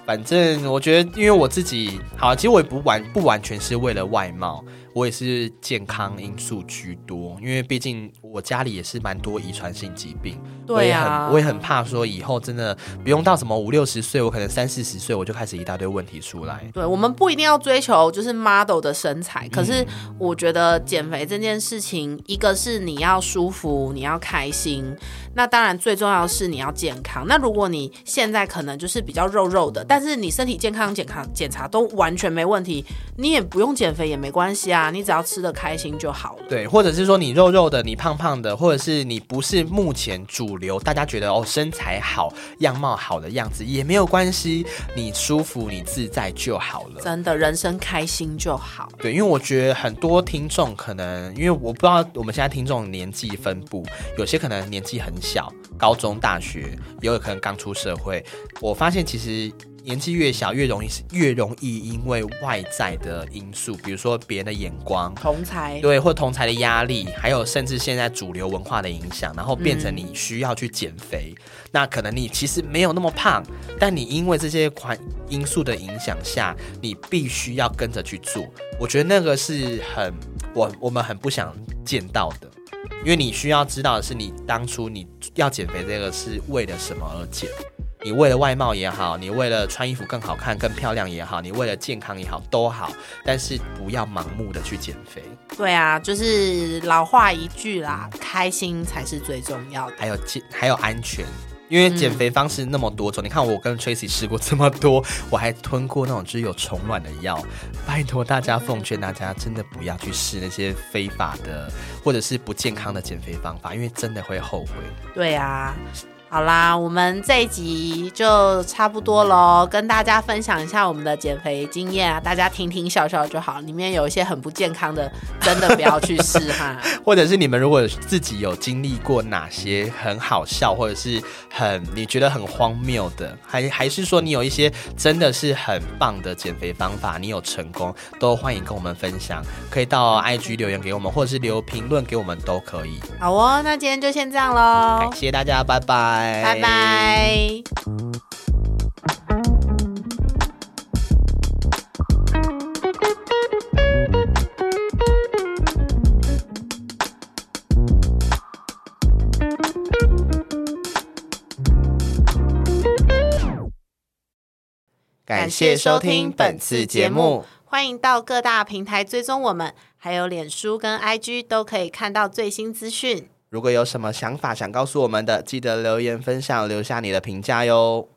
Speaker 1: 反正我觉得，因为我自己好，其实我也不完不完全是为了外貌，我也是健康因素居多。因为毕竟我家里也是蛮多遗传性疾病，
Speaker 2: 对啊
Speaker 1: 我也很我也很怕说以后真的不用到什么五六十岁，我可能三四十岁我就开始一大堆问题出来。
Speaker 2: 对，我们不一定要追求就是 model 的身材，可是我觉得减肥这件事情，一个是你要舒服，你要开心，那当然最重要的是你要健康。那如果你现在可能就是比较肉肉的，但是你身体健康检康检查都完全没问题，你也不用减肥也没关系啊，你只要吃的开心就好了。
Speaker 1: 对，或者是说你肉肉的，你胖胖的，或者是你不是目前主流大家觉得哦身材好、样貌好的样子也没有关系，你舒服你自在就好了。
Speaker 2: 真的，人生开心就好。
Speaker 1: 对，因为我觉得很多听众可能，因为我不知道我们现在听众年纪分布，有些可能年纪很小，高中、大学，也有可能刚出社会。我发现其实年纪越小，越容易越容易因为外在的因素，比如说别人的眼光，
Speaker 2: 同才，
Speaker 1: 对，或同才的压力，还有甚至现在主流文化的影响，然后变成你需要去减肥。那可能你其实没有那么胖，但你因为这些款因素的影响下，你必须要跟着去做。我觉得那个是很我我们很不想见到的，因为你需要知道的是，你当初你要减肥这个是为了什么而减。你为了外貌也好，你为了穿衣服更好看、更漂亮也好，你为了健康也好，都好，但是不要盲目的去减肥。
Speaker 2: 对啊，就是老话一句啦，开心才是最重要的。
Speaker 1: 还有健还有安全。因为减肥方式那么多种，你看我跟 Tracy 试过这么多，我还吞过那种就是有虫卵的药。拜托大家，奉劝大家真的不要去试那些非法的或者是不健康的减肥方法，因为真的会后悔。
Speaker 2: 对啊，好啦，我们这一集就差不多喽，跟大家分享一下我们的减肥经验啊，大家听听笑笑就好。里面有一些很不健康的，真的不要去试哈。
Speaker 1: 或者是你们如果自己有经历过哪些很好笑，或者是很你觉得很荒谬的，还还是说你有一些真的是很棒的减肥方法，你有成功，都欢迎跟我们分享，可以到 IG 留言给我们，或者是留评论给我们都可以。
Speaker 2: 好哦，那今天就先这样喽
Speaker 1: 感，谢大家，拜拜，
Speaker 2: 拜拜。
Speaker 1: 感谢收听本次节目，，
Speaker 2: 欢迎到各大平台追踪我们，还有脸书跟 IG 都可以看到最新资讯。
Speaker 1: 如果有什么想法想告诉我们的，记得留言分享，留下你的评价哟。